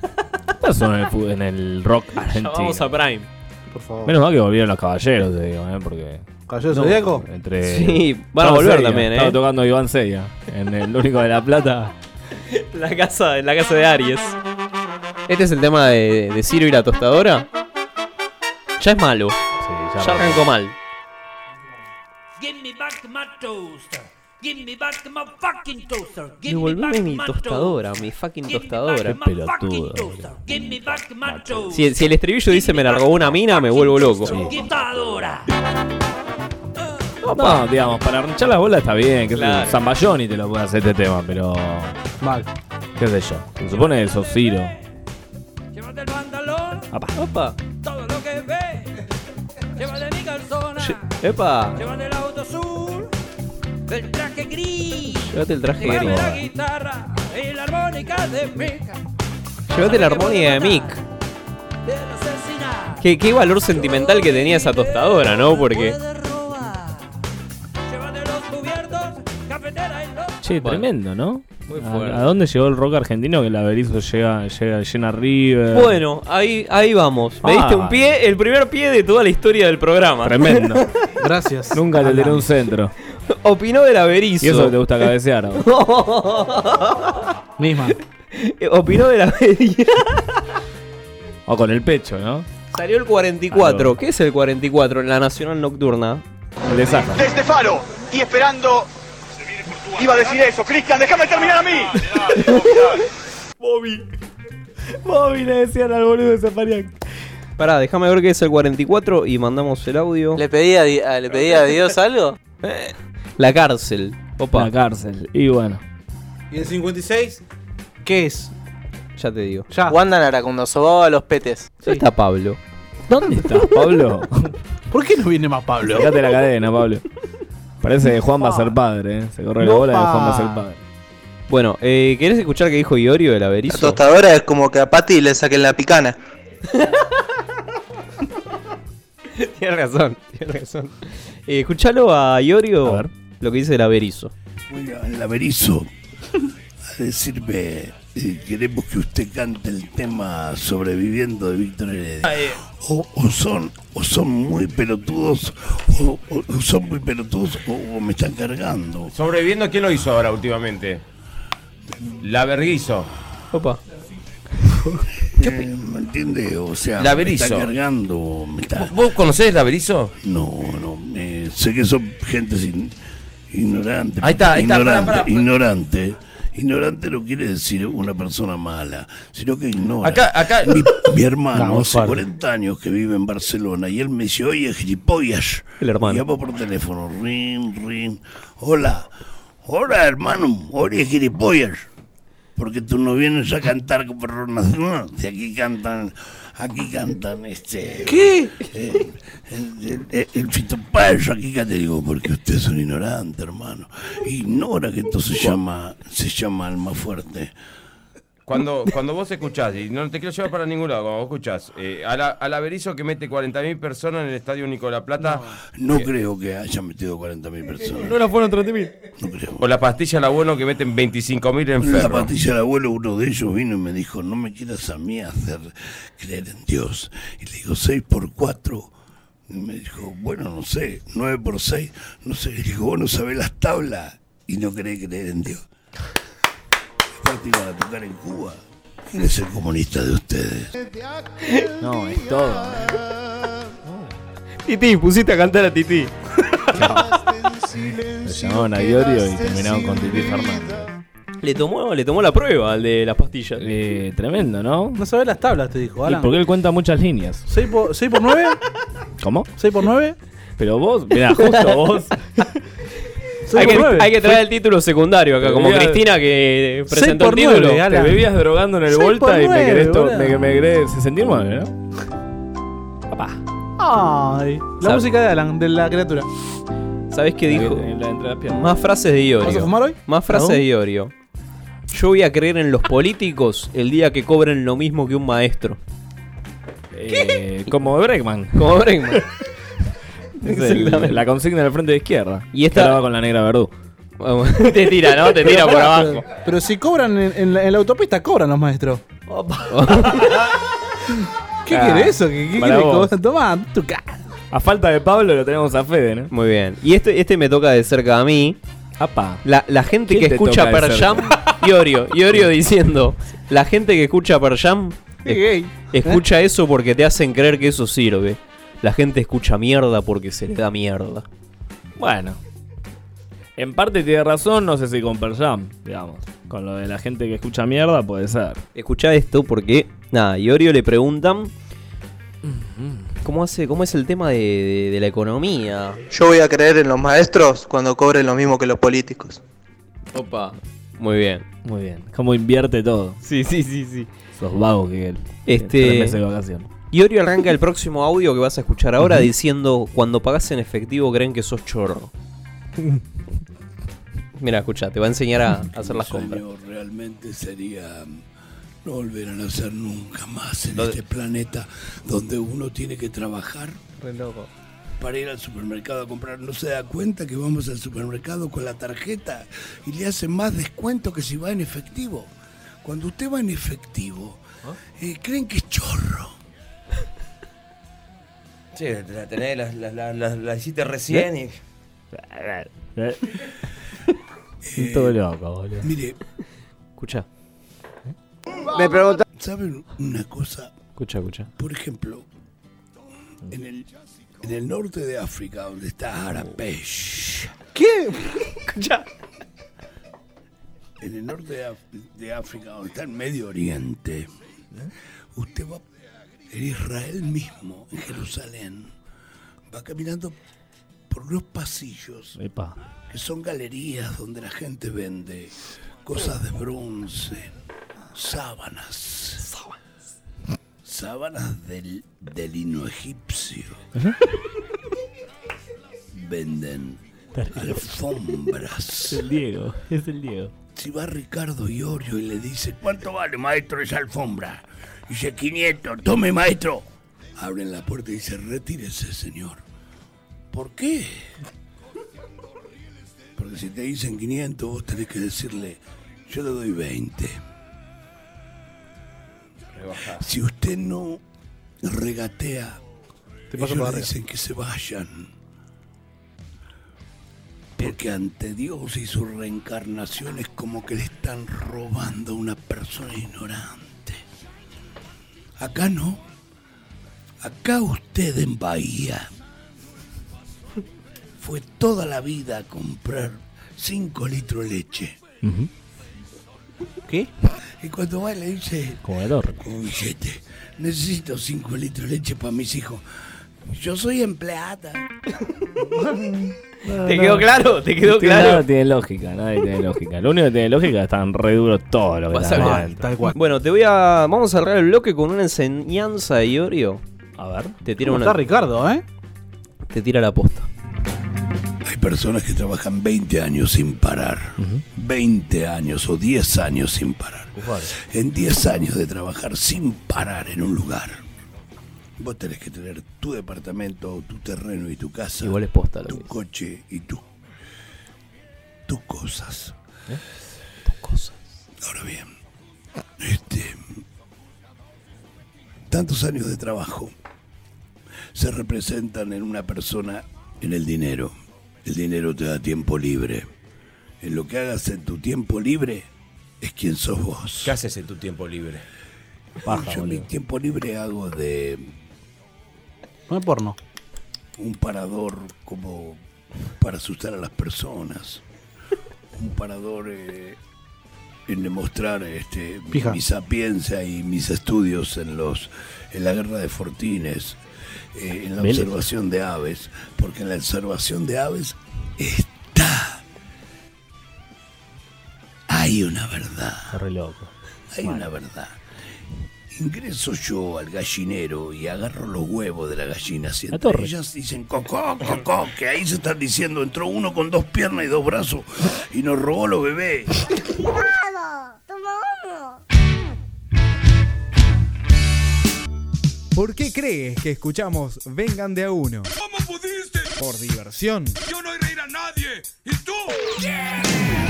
Speaker 9: ¿Qué pasó en el, fu- en el rock
Speaker 7: Ah, ya
Speaker 9: argentino?
Speaker 7: vamos a Prime.
Speaker 8: Por favor.
Speaker 9: Menos mal que volvieron los caballeros, te digo, ¿eh? Porque.
Speaker 8: ¿Caballeros
Speaker 9: No,
Speaker 8: Zodíaco?
Speaker 9: Entre...
Speaker 7: Sí, van a
Speaker 9: Estaba
Speaker 7: volver
Speaker 9: Seiya,
Speaker 7: también, ¿eh?
Speaker 9: Estaba tocando Iván Sella en el único de La Plata.
Speaker 7: La casa, la casa de Aries. Este es el tema de, de Ciro y la tostadora. Ya es malo.
Speaker 9: ya
Speaker 7: ya arrancó mal.
Speaker 20: Give me back my toaster. Give me back my fucking toaster. Give me back
Speaker 7: Devolveme mi
Speaker 20: my
Speaker 7: tostadora, mi fucking tostadora.
Speaker 20: Qué pelotudo, Give me back my toaster.
Speaker 7: Si, si el estribillo dice me largó una mina, me vuelvo loco.
Speaker 20: Tostadora.
Speaker 9: No, digamos, para arranchar las bolas está bien, que es un zamballón y te lo puede hacer este tema, pero.
Speaker 8: Mal.
Speaker 9: ¿Qué sé yo? Se supone que sos Ciro.
Speaker 20: Llévate el pantalón,
Speaker 9: Apa.
Speaker 20: todo lo que ve. Llévate mi calzona,
Speaker 7: Epa,
Speaker 20: llévate el auto azul, el traje gris.
Speaker 7: llévate el traje
Speaker 20: Llévate
Speaker 7: gris.
Speaker 20: la guitarra y la armónica de Meca.
Speaker 7: Llévate la armonía de Mick. Qué, qué valor sentimental que tenía esa tostadora, ¿no? Porque.
Speaker 9: Che,
Speaker 7: Bueno.
Speaker 9: tremendo, ¿no?
Speaker 7: Muy
Speaker 9: ¿A-
Speaker 7: fuerte.
Speaker 9: ¿A, dónde llegó el rock argentino que el Averizo llega, llega, llena River?
Speaker 7: Bueno, ahí, ahí vamos. Me
Speaker 9: Ah.
Speaker 7: diste un pie, el primer pie de toda la historia del programa.
Speaker 9: Tremendo.
Speaker 8: Gracias.
Speaker 9: Nunca le tiró un centro.
Speaker 7: Opinó del averizo.
Speaker 9: Y eso que te gusta cabecear. ¿no?
Speaker 8: Misma.
Speaker 7: Opinó del averizo.
Speaker 9: O con el pecho, ¿no?
Speaker 7: Salió el 44. ¿Qué es el 44 en la Nacional Nocturna?
Speaker 9: El de Saja.
Speaker 3: Desde Faro y esperando. Iba a decir eso, Cristian, déjame terminar a mí.
Speaker 9: Bobby. Bobby le decían al boludo de Zafarian.
Speaker 7: Pará, déjame ver qué es el 44 y mandamos el audio.
Speaker 21: ¿Le pedí a, di- a- ¿le pedí a Dios algo?
Speaker 7: La cárcel. Opa.
Speaker 9: La cárcel. Y bueno.
Speaker 21: ¿Y el 56?
Speaker 8: ¿Qué es?
Speaker 7: Ya te digo.
Speaker 21: Wanda Naracundo, sobaba los petes.
Speaker 7: ¿Dónde está Pablo?
Speaker 9: ¿Dónde está Pablo?
Speaker 8: ¿Por qué no viene más Pablo?
Speaker 9: Sacate la cadena, Pablo. Parece que Juan va a ser padre, ¿eh? Se corre la bola de Juan va a ser padre.
Speaker 7: Bueno, eh, ¿querés escuchar qué dijo Iorio del
Speaker 21: La
Speaker 7: averizo?
Speaker 21: tostadora es como que a Pati le saquen la picana.
Speaker 7: Tienes razón, tienes razón. Eh, escuchalo a Iorio lo que dice el averizo.
Speaker 11: Bueno, el averizo a decirme eh, queremos que usted cante el tema sobreviviendo de Víctor Heredia. O, o son o son muy pelotudos o, o- o son muy pelotudos o, o me están cargando.
Speaker 22: Sobreviviendo, ¿quién lo hizo ahora últimamente? La Verguizo.
Speaker 7: Opa.
Speaker 11: Eh, ¿Me entiende? O sea,
Speaker 22: La
Speaker 11: me
Speaker 22: Berizo.
Speaker 11: está cargando. Me está...
Speaker 22: ¿Vos conocés la Berizo?
Speaker 11: No, no. eh, sé que son gente sin- ignorante.
Speaker 22: Ahí está, ahí está, pará,
Speaker 11: Ignorante,
Speaker 22: pará, pará.
Speaker 11: ignorante. Ignorante no quiere decir una persona mala, sino que ignora.
Speaker 22: Acá- acá-
Speaker 11: Mi, mi hermano
Speaker 22: Vamos,
Speaker 11: hace
Speaker 22: Fardo.
Speaker 11: 40 años que vive en Barcelona y él me dice, oye, gilipollas.
Speaker 7: El hermano.
Speaker 11: Y llamo por teléfono, rin, rin. Hola, hola hermano, oye, gilipollas. Porque tú no vienes a cantar con personas no, Si aquí cantan, aquí cantan este.
Speaker 21: ¿Qué?
Speaker 11: El, el, el Fito Páez, aquí acá te digo, porque usted es un ignorante, hermano. Ignora que esto se llama, se llama alma fuerte.
Speaker 22: Cuando, cuando vos escuchás, y no te quiero llevar para ningún lado, cuando vos escuchás, eh, a, la, a la Berizo que mete 40.000 personas en el estadio Nicolás Plata.
Speaker 11: No creo que haya metido 40.000 personas.
Speaker 9: No la fueron 30.000.
Speaker 22: O la pastilla la bueno que meten 25.000 en
Speaker 11: La
Speaker 22: Ferro.
Speaker 11: patilla del abuelo, uno de ellos, vino y me dijo, no me quieras a mí hacer creer en Dios. Y le digo, 6 por 4. Y me dijo, bueno, no sé, 9 por 6, no sé. Y dijo, vos no sabés las tablas y no querés creer en Dios. Aparte iban a tocar en Cuba. Él es el comunista de ustedes.
Speaker 9: No, es todo.
Speaker 7: Titi, pusiste a cantar a Titi.
Speaker 9: Le llamaron a Iorio y terminaron con Titi Fernández.
Speaker 7: Le tomó, le tomó la prueba al de las pastillas.
Speaker 9: Eh, tremendo, ¿no?
Speaker 8: No sabés las tablas, te dijo,
Speaker 9: Y
Speaker 8: Alan.
Speaker 9: porque él cuenta muchas líneas.
Speaker 8: 6 por, 6 por 9,
Speaker 9: ¿Cómo?
Speaker 8: 6 por 9.
Speaker 9: Pero vos, mirá, justo vos.
Speaker 7: Hay que,
Speaker 9: nueve.
Speaker 7: hay que traer el título secundario acá, como
Speaker 9: Mira,
Speaker 7: Cristina que
Speaker 9: seis
Speaker 7: presentó el
Speaker 9: por nueve,
Speaker 7: título.
Speaker 9: Te bebías drogando en el
Speaker 7: Seis
Speaker 9: Volta
Speaker 7: por
Speaker 9: y me
Speaker 7: nueve,
Speaker 9: querés, to-
Speaker 7: boludo.
Speaker 9: me, me querés 69, ¿no?
Speaker 8: Ay, la
Speaker 7: Sab-
Speaker 8: música de Alan, de la criatura.
Speaker 7: ¿Sabés qué
Speaker 8: La
Speaker 7: dijo?
Speaker 8: que-
Speaker 7: Más frases de Iorio.
Speaker 8: ¿Vas a fumar hoy?
Speaker 7: Más frases
Speaker 8: ¿Aún?
Speaker 7: de Iorio. Yo voy a creer en los políticos el día que cobren lo mismo que un maestro.
Speaker 9: Eh, como Bregman.
Speaker 7: Como Bregman.
Speaker 9: Es el-
Speaker 7: Exactamente.
Speaker 9: la consigna del frente de izquierda.
Speaker 7: Y esta-
Speaker 9: Que ahora va con la negra verdú.
Speaker 7: Te tira, ¿no? Te tira
Speaker 8: Pero
Speaker 7: por
Speaker 8: pará,
Speaker 7: abajo.
Speaker 8: Pero, pero si cobran en, en la, en la autopista, cobran los maestros. ¿Qué
Speaker 9: Ah,
Speaker 8: quiere eso? ¿Qué, qué
Speaker 9: para
Speaker 8: quiere que
Speaker 9: vos.
Speaker 8: vos tomás? Tu ca-
Speaker 9: A falta de Pablo lo tenemos a Fede, ¿no?
Speaker 7: Muy bien. Y este, este me toca de cerca a mí.
Speaker 9: Apa.
Speaker 7: La, la gente
Speaker 9: ¿Quién
Speaker 7: que
Speaker 9: te
Speaker 7: escucha
Speaker 9: toca de
Speaker 7: Per Jam
Speaker 9: cerca?
Speaker 7: y Orio. Y Orio diciendo: La gente que escucha Per Jam
Speaker 8: Qué gay.
Speaker 7: escucha eso porque te hacen creer que eso sirve. La gente escucha mierda porque se le da mierda.
Speaker 9: Bueno. En parte tiene razón, no sé si con Per Jam, digamos. Con lo de la gente que escucha mierda, puede ser.
Speaker 7: Escucha esto porque, nada, Iorio le preguntan
Speaker 16: ¿Cómo, hace, ¿Cómo es el tema de, de- de la economía?
Speaker 21: Yo voy a creer en los maestros cuando cobren lo mismo que los políticos.
Speaker 16: Opa. Muy bien.
Speaker 9: Muy bien. Cómo invierte todo.
Speaker 16: Sí, sí, sí, sí.
Speaker 9: Sos vago que él. Tres
Speaker 16: Este.
Speaker 9: meses de vacaciones.
Speaker 16: Iorio arranca el próximo audio que vas a escuchar ahora
Speaker 9: Ujú.
Speaker 16: diciendo: Cuando pagas en efectivo, creen que sos chorro. Mira, escucha, te va a enseñar a, a hacer las compras.
Speaker 11: Sueño realmente sería mm, no volver a nacer nunca más en
Speaker 16: Lo de-
Speaker 11: este planeta donde uno tiene que trabajar
Speaker 16: Re loco.
Speaker 11: para ir al supermercado a comprar. No se da cuenta que vamos al supermercado con la tarjeta y le hacen más descuento que si va en efectivo. Cuando usted va en efectivo,
Speaker 16: ¿Ah?
Speaker 11: eh, creen que es chorro.
Speaker 22: Sí, la tenés, la, la, la, la- la hiciste recién y.
Speaker 9: Todo loco, boludo.
Speaker 11: Mire.
Speaker 16: Escucha,
Speaker 11: Me preguntan. ¿Saben una cosa?
Speaker 16: escucha, escucha.
Speaker 11: Por ejemplo, en el, en el norte de África, donde está Arapesh. ¿Qué? En el norte de, Af- de África, donde está el Medio Oriente, usted va en Israel mismo, en Jerusalén, va caminando por unos pasillos
Speaker 9: Epa.
Speaker 11: que son galerías donde la gente vende cosas de bronce, sábanas, sábanas, del, de lino egipcio. Venden alfombras.
Speaker 9: Es el Diego. Es el Diego.
Speaker 11: Si va Ricardo Iorio y le dice, ¿cuánto vale, maestro, esa alfombra? Dice, 500, tome, maestro. Abren la puerta y dice, retírese, señor. ¿Por qué? Porque si te dicen 500, vos tenés que decirle, yo le doy 20. Si usted no regatea,
Speaker 8: paso
Speaker 11: ellos
Speaker 8: para
Speaker 11: le
Speaker 8: arriba.
Speaker 11: dicen que se vayan. Porque ante Dios y su reencarnación es como que le están robando a una persona ignorante. Acá no. Acá usted en Bahía fue toda la vida a comprar 5 litros de leche. ¿Qué? Y cuando va le dice,
Speaker 9: Como el orco.
Speaker 11: con un billete, necesito 5 litros de leche para mis hijos. Yo soy empleada.
Speaker 9: No,
Speaker 11: quedó
Speaker 9: no.
Speaker 11: claro? ¿Te quedó
Speaker 9: Este
Speaker 11: claro?
Speaker 9: nada tiene lógica, nadie tiene lógica. Lo único que tiene lógica están re duros todos los que
Speaker 16: Vas a
Speaker 9: están
Speaker 16: ver.
Speaker 9: adentro.
Speaker 16: Bueno, te voy a. Vamos a cerrar el bloque con una enseñanza de Iorio.
Speaker 9: A ver.
Speaker 16: Te tira
Speaker 11: ¿Cómo
Speaker 16: una.
Speaker 11: está Ricardo,
Speaker 16: eh? Te tira la posta.
Speaker 11: Hay personas que trabajan 20 años sin parar. 20 años o 10 años sin parar. En 10 años de trabajar sin parar en un lugar, vos tenés que tener tu departamento, tu terreno y tu casa.
Speaker 16: Igual es posta lo
Speaker 11: Tu
Speaker 16: que dice.
Speaker 11: coche y tu, tus cosas.
Speaker 16: ¿Eh?
Speaker 11: Tus cosas. Ahora bien, este, tantos años de trabajo se representan en una persona en el dinero. El dinero te da tiempo libre. En lo que hagas en tu tiempo libre es quien sos vos.
Speaker 22: ¿Qué haces en tu tiempo libre?
Speaker 11: Yo en mi tiempo libre hago de
Speaker 8: No es porno.
Speaker 11: un parador como para asustar a las personas. Un parador eh, en demostrar este, mi-
Speaker 8: Pija.
Speaker 11: mi sapiencia y mis estudios en los en la guerra de Fortines, eh, en la
Speaker 9: Vélez.
Speaker 11: observación de aves, porque en la observación de aves está hay una verdad.
Speaker 9: Re loco.
Speaker 11: Hay una verdad. Ingreso yo al gallinero y agarro los huevos de la gallina. Si
Speaker 9: La
Speaker 11: entre
Speaker 9: torre.
Speaker 11: ellas dicen cocó, cocó, que ahí se están diciendo, entró uno con dos piernas y dos brazos y nos robó los bebés.
Speaker 23: ¿Por qué crees que escuchamos Vengan de a uno?
Speaker 6: ¿Cómo pudiste?
Speaker 23: Por diversión.
Speaker 6: Yo no iré a reír a nadie. ¿Y tú?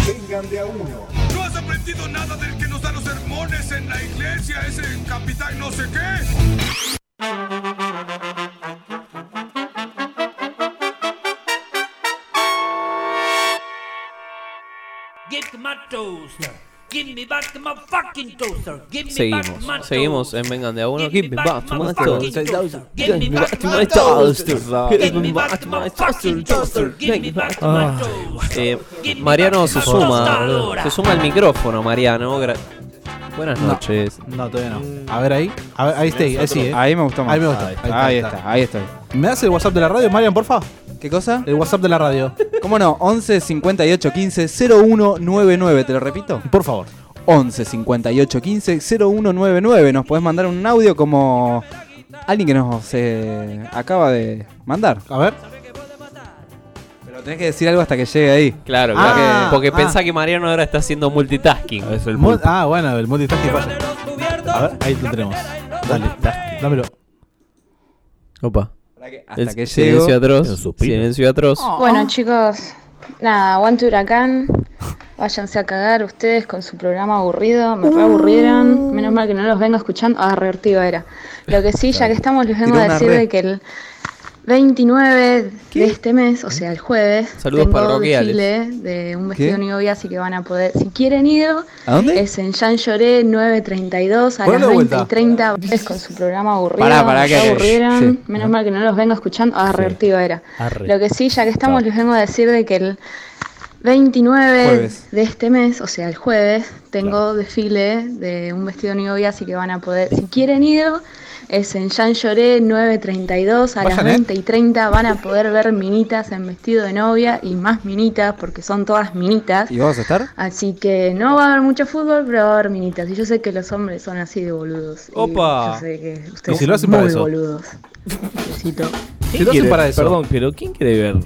Speaker 6: Vengan de a uno. ¿No has aprendido nada del que nos da los sermones en la iglesia? Ese capitán no sé qué.
Speaker 20: Get my toaster. Give me back my fucking toaster. Give me back my
Speaker 16: Seguimos, seguimos en Vengan de a uno. Give me back to my toaster.
Speaker 20: Give me back
Speaker 16: to
Speaker 20: my
Speaker 16: my toaster.
Speaker 20: toaster.
Speaker 16: Give me back to my toaster. toaster. Give me back to
Speaker 1: Ah.
Speaker 16: my toaster. Eh, Mariano se
Speaker 7: Tostadora.
Speaker 16: suma. Se suma al micrófono, Mariano. gra-
Speaker 7: Buenas
Speaker 8: No.
Speaker 7: noches.
Speaker 8: No, todavía no. A ver ahí. A ver, ahí está, ahí sí, eh.
Speaker 1: Ahí me gustó más.
Speaker 8: Ahí me gustó.
Speaker 1: Ahí está, ahí estoy.
Speaker 8: ¿Me das el WhatsApp de la radio, Marian, porfa?
Speaker 1: ¿Qué cosa?
Speaker 8: El WhatsApp de la radio.
Speaker 1: ¿Cómo no? 11 58 15 0199, te lo repito.
Speaker 8: Por favor.
Speaker 1: 11 58 15 0199. Nos podés mandar un audio como alguien que nos eh, acaba de mandar.
Speaker 8: A ver.
Speaker 1: Pero tenés que decir algo hasta que llegue ahí.
Speaker 7: Claro,
Speaker 1: Ah,
Speaker 7: claro. Porque
Speaker 1: ah.
Speaker 7: pensá que Mariano ahora está haciendo multitasking.
Speaker 8: Mul- ah, bueno, el multitasking falla. A ver, ahí lo tenemos. Dale, dámelo.
Speaker 7: Opa.
Speaker 1: Hasta
Speaker 7: El
Speaker 1: que
Speaker 7: silencio
Speaker 1: llego.
Speaker 7: atroz. Silencio atroz.
Speaker 24: Bueno, chicos, nada, aguante huracán. Váyanse a cagar ustedes con su programa aburrido. Me re aburrieron. Menos mal que no los vengo escuchando. Ah, revertido era. Lo que sí, ya que estamos, les vengo
Speaker 7: Tiró
Speaker 24: a
Speaker 7: una
Speaker 24: decir
Speaker 7: red.
Speaker 24: de que el 29 de este mes, o sea, el jueves,
Speaker 7: Saludos
Speaker 24: tengo
Speaker 7: parroquiales.
Speaker 24: desfile de un vestido
Speaker 7: ¿Qué?
Speaker 24: novia, así que van a poder, si quieren ir,
Speaker 7: ¿A dónde?
Speaker 24: es en Jean Lloré 932 a
Speaker 7: Ponelo
Speaker 24: las
Speaker 7: de
Speaker 24: 20
Speaker 7: vuelta. Ah,
Speaker 24: y 30. Es con su programa aburrido.
Speaker 7: Pará, pará,
Speaker 24: me
Speaker 7: que-
Speaker 24: re aburrieron.
Speaker 7: sí.
Speaker 24: Menos mal que no los vengo escuchando. Ah, revertido era.
Speaker 7: Arre.
Speaker 24: Lo que sí, ya que estamos, les vengo a decir de que el 29
Speaker 7: Jueves.
Speaker 24: de este mes, o sea, el jueves, tengo desfile de un vestido novia, así que van a poder, si quieren ir, es en Jean Lloré 932 a
Speaker 25: Vayan,
Speaker 24: las
Speaker 25: ¿eh?
Speaker 24: 20 y 30. Van a poder ver minitas en vestido de novia y más minitas, porque son todas minitas.
Speaker 1: ¿Y vamos a estar?
Speaker 24: Así que no va a haber mucho fútbol, pero va a haber minitas. Y yo sé que los hombres son así de boludos. Y
Speaker 9: Opa.
Speaker 24: yo sé que
Speaker 9: Y
Speaker 24: ustedes
Speaker 9: si lo hacen
Speaker 24: son
Speaker 9: para
Speaker 24: muy
Speaker 9: eso.
Speaker 24: boludos. Besito.
Speaker 9: ¿Quién quiere- Perdón, pero ¿quién quiere ver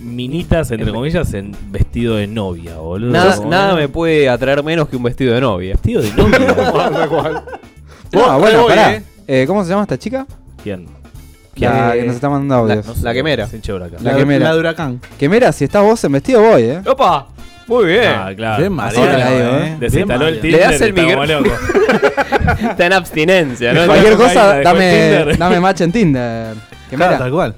Speaker 9: minitas, entre comillas, en vestido de novia, boludo?
Speaker 7: Nada,
Speaker 9: Como-
Speaker 7: nada me puede atraer menos que un vestido de novia.
Speaker 9: ¿Vestido de novia?
Speaker 1: Ah, bueno,
Speaker 7: voy,
Speaker 1: pará.
Speaker 7: eh.
Speaker 1: Eh, ¿Cómo se llama esta chica?
Speaker 9: ¿Quién?
Speaker 1: La
Speaker 7: ¿Quién?
Speaker 1: que nos está mandando
Speaker 7: La-
Speaker 1: audios.
Speaker 7: la quemera.
Speaker 9: Sin chévere acá.
Speaker 1: La,
Speaker 9: La-
Speaker 1: quemera.
Speaker 9: la de huracán.
Speaker 1: Quemera, si estás vos en vestido, voy, eh.
Speaker 7: ¡Opa! Muy bien.
Speaker 9: Ah, claro.
Speaker 1: Bien mareado,
Speaker 9: Así te la
Speaker 1: eh.
Speaker 9: digo, Desinstaló
Speaker 1: Bien
Speaker 9: el
Speaker 1: mareado.
Speaker 9: Tinder.
Speaker 1: Le das el
Speaker 9: estamos
Speaker 1: micro-
Speaker 9: locos.
Speaker 7: Está en abstinencia, ¿no? Está
Speaker 1: Cualquier
Speaker 7: en
Speaker 1: cosa,
Speaker 7: cocaína, dejó el
Speaker 1: dame,
Speaker 7: Tinder.
Speaker 1: dame match en Tinder. Quemera.
Speaker 8: Claro, tal cual.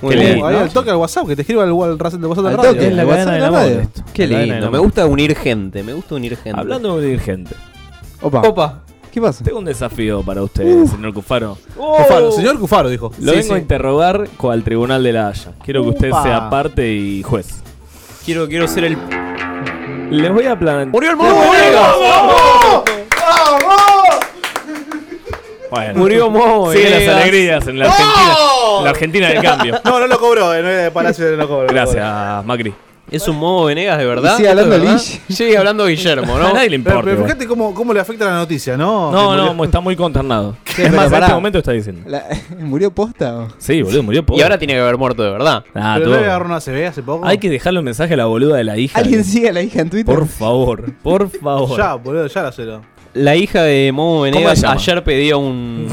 Speaker 7: Muy
Speaker 8: Uh,
Speaker 7: lindo. este
Speaker 8: Ahí al toque al WhatsApp, que te escriba el, wa- el ras- el WhatsApp de
Speaker 7: Al
Speaker 8: la
Speaker 7: toque,
Speaker 8: radio.
Speaker 7: en la cadena
Speaker 8: de
Speaker 7: del
Speaker 8: la
Speaker 7: amor
Speaker 8: radio.
Speaker 7: esto. Qué
Speaker 9: La cadena del
Speaker 7: lindo. Me
Speaker 9: amor.
Speaker 7: gusta unir gente. Me gusta unir gente.
Speaker 9: Hablando de gente.
Speaker 1: Opa.
Speaker 9: Opa.
Speaker 1: ¿Qué pasa?
Speaker 9: Tengo un desafío para usted, señor Cufaro.
Speaker 7: Oh.
Speaker 8: Cufaro, señor Cufaro, dijo.
Speaker 9: Lo
Speaker 8: Sí,
Speaker 9: vengo a
Speaker 8: sí.
Speaker 9: interrogar con al Tribunal de la Haya. Quiero que usted
Speaker 8: Upa.
Speaker 9: sea parte y juez.
Speaker 7: Quiero, quiero ser el.
Speaker 9: Les voy a plantear.
Speaker 7: ¡Murió el
Speaker 9: mono
Speaker 7: mono Venegas!
Speaker 9: Bueno.
Speaker 7: Murió eh. Momo
Speaker 9: Sigue las
Speaker 7: Venegas.
Speaker 9: alegrías en la Argentina.
Speaker 7: ¡Oh!
Speaker 9: La Argentina del cambio.
Speaker 8: No, no lo cobró, eh, no era de Palacio, no lo cobró.
Speaker 9: Gracias, Macri.
Speaker 7: Es un modo Venegas de verdad.
Speaker 8: Y sigue hablando
Speaker 7: ¿Esto es
Speaker 8: Lynch.
Speaker 7: verdad? Sigue hablando Guillermo, ¿no?
Speaker 9: A nadie le
Speaker 8: Pero,
Speaker 9: importa.
Speaker 8: pero
Speaker 9: igual.
Speaker 8: fíjate cómo, cómo le afecta la noticia, ¿no?
Speaker 9: No,
Speaker 8: Que
Speaker 9: no,
Speaker 8: murió-
Speaker 9: está muy consternado.
Speaker 8: Sí,
Speaker 9: es
Speaker 8: pero
Speaker 9: más, en
Speaker 8: pará.
Speaker 9: este momento está diciendo.
Speaker 1: ¿Murió posta?
Speaker 9: Sí, boludo, murió pobre.
Speaker 7: Y ahora tiene que haber muerto de verdad.
Speaker 9: Ah,
Speaker 8: Pero
Speaker 9: todo.
Speaker 8: no le agarró una CB hace poco.
Speaker 9: Hay que dejarle un mensaje a la boluda de la hija.
Speaker 1: ¿Alguien sigue a la hija en Twitter?
Speaker 9: Por favor, por favor.
Speaker 8: Ya, boludo, ya la cero.
Speaker 7: La hija de Momo Venegas
Speaker 9: se llama?
Speaker 7: ayer pedía un.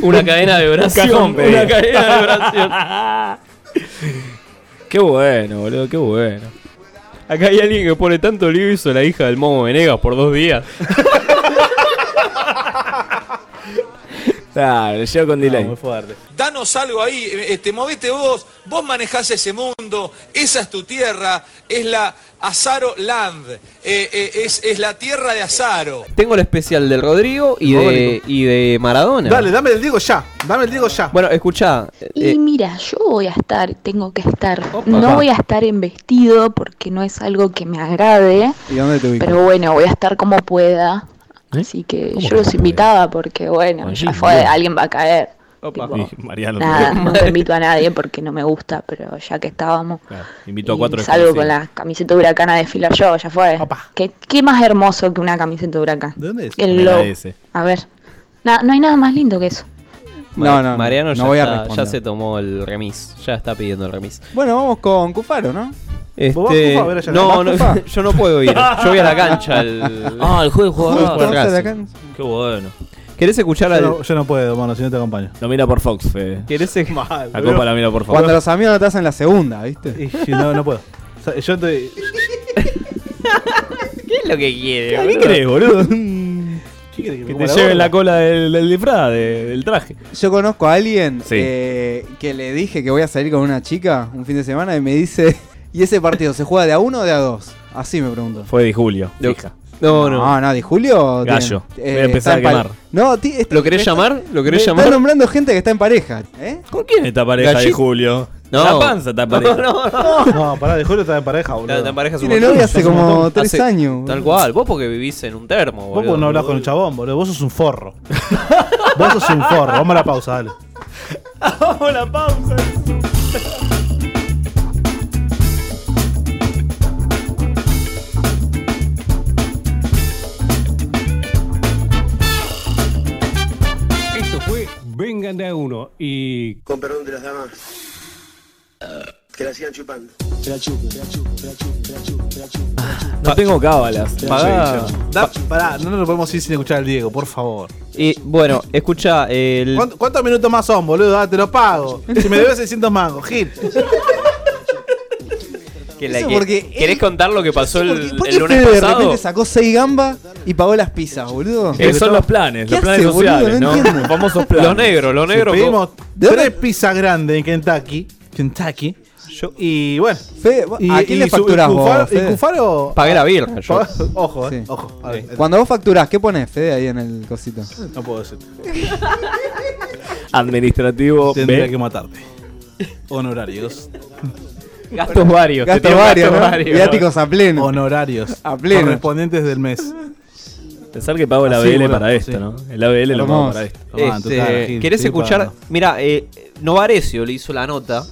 Speaker 7: una cadena de oración.
Speaker 9: cajón pedía.
Speaker 7: una cadena de oración.
Speaker 9: Qué bueno, boludo, qué bueno.
Speaker 7: Acá hay alguien que pone tanto lío hizo la hija del Momo Venegas por dos días.
Speaker 9: Claro, llego con delay.
Speaker 8: fuerte.
Speaker 26: Danos algo ahí, eh, este, movete vos, vos manejás ese mundo, esa es tu tierra, es la Azaro Land, eh, eh, es, es la tierra de Azaro.
Speaker 7: Tengo el especial del Rodrigo y de,
Speaker 26: Rodrigo.
Speaker 7: y de Maradona.
Speaker 26: Dale,
Speaker 8: dame el Diego ya. Dame el Diego ya.
Speaker 7: Bueno, escuchá. eh,
Speaker 24: Y mira, yo voy a estar, tengo que estar.
Speaker 7: Ajá.
Speaker 24: No voy a estar en vestido porque no es algo que me agrade,
Speaker 1: ¿Y dónde te ubicas?
Speaker 24: pero bueno, voy a estar como pueda.
Speaker 7: ¿Eh?
Speaker 24: Así que yo los invitaba porque bueno, ya fue,
Speaker 9: bien.
Speaker 24: alguien va a caer.
Speaker 9: Y Mariano.
Speaker 24: Nada, no te invito a nadie porque no me gusta, pero ya que estábamos,
Speaker 9: Invito a cuatro
Speaker 24: salgo con
Speaker 9: desconocidos.
Speaker 24: la camiseta de huracán a desfilar yo, ya fue. ¿Qué, qué más hermoso que una camiseta de huracán?
Speaker 8: ¿De dónde es?
Speaker 24: El
Speaker 9: Mira
Speaker 24: logo.
Speaker 9: ese.
Speaker 24: A ver, Na- no hay nada más lindo que eso.
Speaker 7: Mar-
Speaker 1: No, no,
Speaker 7: Mariano
Speaker 1: no
Speaker 7: ya,
Speaker 1: voy a
Speaker 7: está-
Speaker 1: responder.
Speaker 7: ya se tomó el remis. Ya está pidiendo el remis.
Speaker 1: Bueno, vamos con Cufaro, ¿no?
Speaker 7: Este,
Speaker 1: vas, Cufa, a ver allá.
Speaker 7: no,
Speaker 1: ¿Vas, Cufa?
Speaker 7: no, yo no puedo ir. Yo voy a la cancha. El...
Speaker 9: Ah, el juego
Speaker 7: juega
Speaker 9: juega
Speaker 7: por
Speaker 9: acá.
Speaker 7: Racing.
Speaker 9: Qué bueno.
Speaker 7: ¿Querés escuchar
Speaker 8: Yo
Speaker 7: al-
Speaker 8: no, yo no puedo, mano, si no te acompaño.
Speaker 9: Lo mira por Fox, Fede.
Speaker 7: ¿Querés ej-
Speaker 9: La copa la mira por Fox.
Speaker 1: Cuando los amigos no te hacen la segunda, ¿viste?
Speaker 8: Y no, no puedo. O sea, yo te.
Speaker 7: ¿Qué es lo que quiere?
Speaker 9: ¿Qué
Speaker 7: boludo?
Speaker 9: crees, boludo?
Speaker 8: ¿Qué querés
Speaker 9: Que
Speaker 1: ponga
Speaker 9: te
Speaker 1: la
Speaker 9: lleven
Speaker 1: gorra?
Speaker 9: la cola del, del disfraz, de- del traje.
Speaker 1: Yo conozco a alguien
Speaker 9: Sí.
Speaker 1: eh, que le dije que voy a salir con una chica un fin de semana y me dice, ¿y ese partido se juega de a uno o de a dos? Así me pregunto.
Speaker 9: Fue de Julio.
Speaker 1: No, no. No, no, de Julio.
Speaker 9: Gallo.
Speaker 1: tiene- eh,
Speaker 9: Voy a empezar
Speaker 1: está
Speaker 9: a
Speaker 1: en pare-
Speaker 9: quemar.
Speaker 1: No, ti- este está-
Speaker 7: ¿Lo querés
Speaker 1: está-
Speaker 7: llamar? ¿Lo querés
Speaker 1: me
Speaker 7: llamar?
Speaker 1: Está nombrando gente que está en pareja. ¿eh?
Speaker 9: ¿Con quién esta pareja de
Speaker 1: Gallito.
Speaker 9: Julio?
Speaker 7: No.
Speaker 9: La panza tapa
Speaker 7: No,
Speaker 9: pareja.
Speaker 7: no,
Speaker 8: no. No, pará, de Julio está de pareja, boludo.
Speaker 7: Está en pareja hace un
Speaker 8: Tiene
Speaker 7: montón.
Speaker 8: novia hace
Speaker 7: Hace un
Speaker 8: como
Speaker 7: montón.
Speaker 8: tres años, boludo.
Speaker 7: Tal cual, vos porque vivís en un termo,
Speaker 8: Vos
Speaker 7: boludo.
Speaker 8: porque no hablas con el chabón, boludo. Vos sos un forro. Vos sos un forro. Vamos a la pausa, dale.
Speaker 9: Vamos a la pausa.
Speaker 5: Esto fue Vengan de a uno y.
Speaker 11: Con perdón de las damas. Que la sigan chupando.
Speaker 9: No tengo cábalas. Pagá.
Speaker 8: Da- pará, no nos podemos ir sin escuchar al Diego, por favor.
Speaker 7: Y bueno, escucha el.
Speaker 8: ¿Cuánto- ¿Cuántos minutos más son, boludo? Ah, te lo pago. Si me debes 600 mangos, Gil.
Speaker 7: Que la
Speaker 1: Eso
Speaker 7: que-
Speaker 1: porque
Speaker 7: ¿Querés contar lo que pasó el,
Speaker 1: ¿Por
Speaker 7: el
Speaker 1: qué
Speaker 7: lunes
Speaker 1: Fede Este de repente
Speaker 7: pasado?
Speaker 1: sacó seis gambas y pagó las pizzas, boludo?
Speaker 7: Eh, son los planes,
Speaker 1: ¿Qué
Speaker 7: los planes
Speaker 1: hace, boludo?
Speaker 7: sociales, ¿no?
Speaker 1: entiendo.
Speaker 7: Los famosos planes. Los negros, los
Speaker 8: Si
Speaker 7: negros,
Speaker 8: pedimos tres pizzas grandes en Kentucky. Kentucky. yo- y bueno. y-
Speaker 1: ¿a quién
Speaker 8: y
Speaker 1: le
Speaker 8: su-
Speaker 1: facturás
Speaker 8: y Cufaro-
Speaker 1: vos, Fede?
Speaker 8: y Cufaro-
Speaker 1: Pagué la birra, yo.
Speaker 8: Ojo, eh.
Speaker 1: Sí.
Speaker 8: Ojo. A ver,
Speaker 1: Cuando vos facturás, ¿qué pones, Fede, ahí en el cosito?
Speaker 8: No puedo decir.
Speaker 9: Administrativo.
Speaker 8: Tendría
Speaker 9: B.
Speaker 8: que matarte. Honorarios.
Speaker 9: Gastos varios, te
Speaker 1: Gastos
Speaker 9: tiene
Speaker 1: varios,
Speaker 9: gastos
Speaker 1: ¿no?
Speaker 9: varios.
Speaker 1: Viáticos a pleno.
Speaker 8: Honorarios.
Speaker 1: A pleno.
Speaker 8: Correspondientes del mes.
Speaker 9: Pensar que pago el
Speaker 8: Así,
Speaker 9: ABL
Speaker 8: boludo,
Speaker 9: para esto,
Speaker 8: sí.
Speaker 9: ¿no? El ABL lo pago para esto.
Speaker 7: Este, ¿Querés escuchar? Mira, eh, Novarecio le hizo la nota.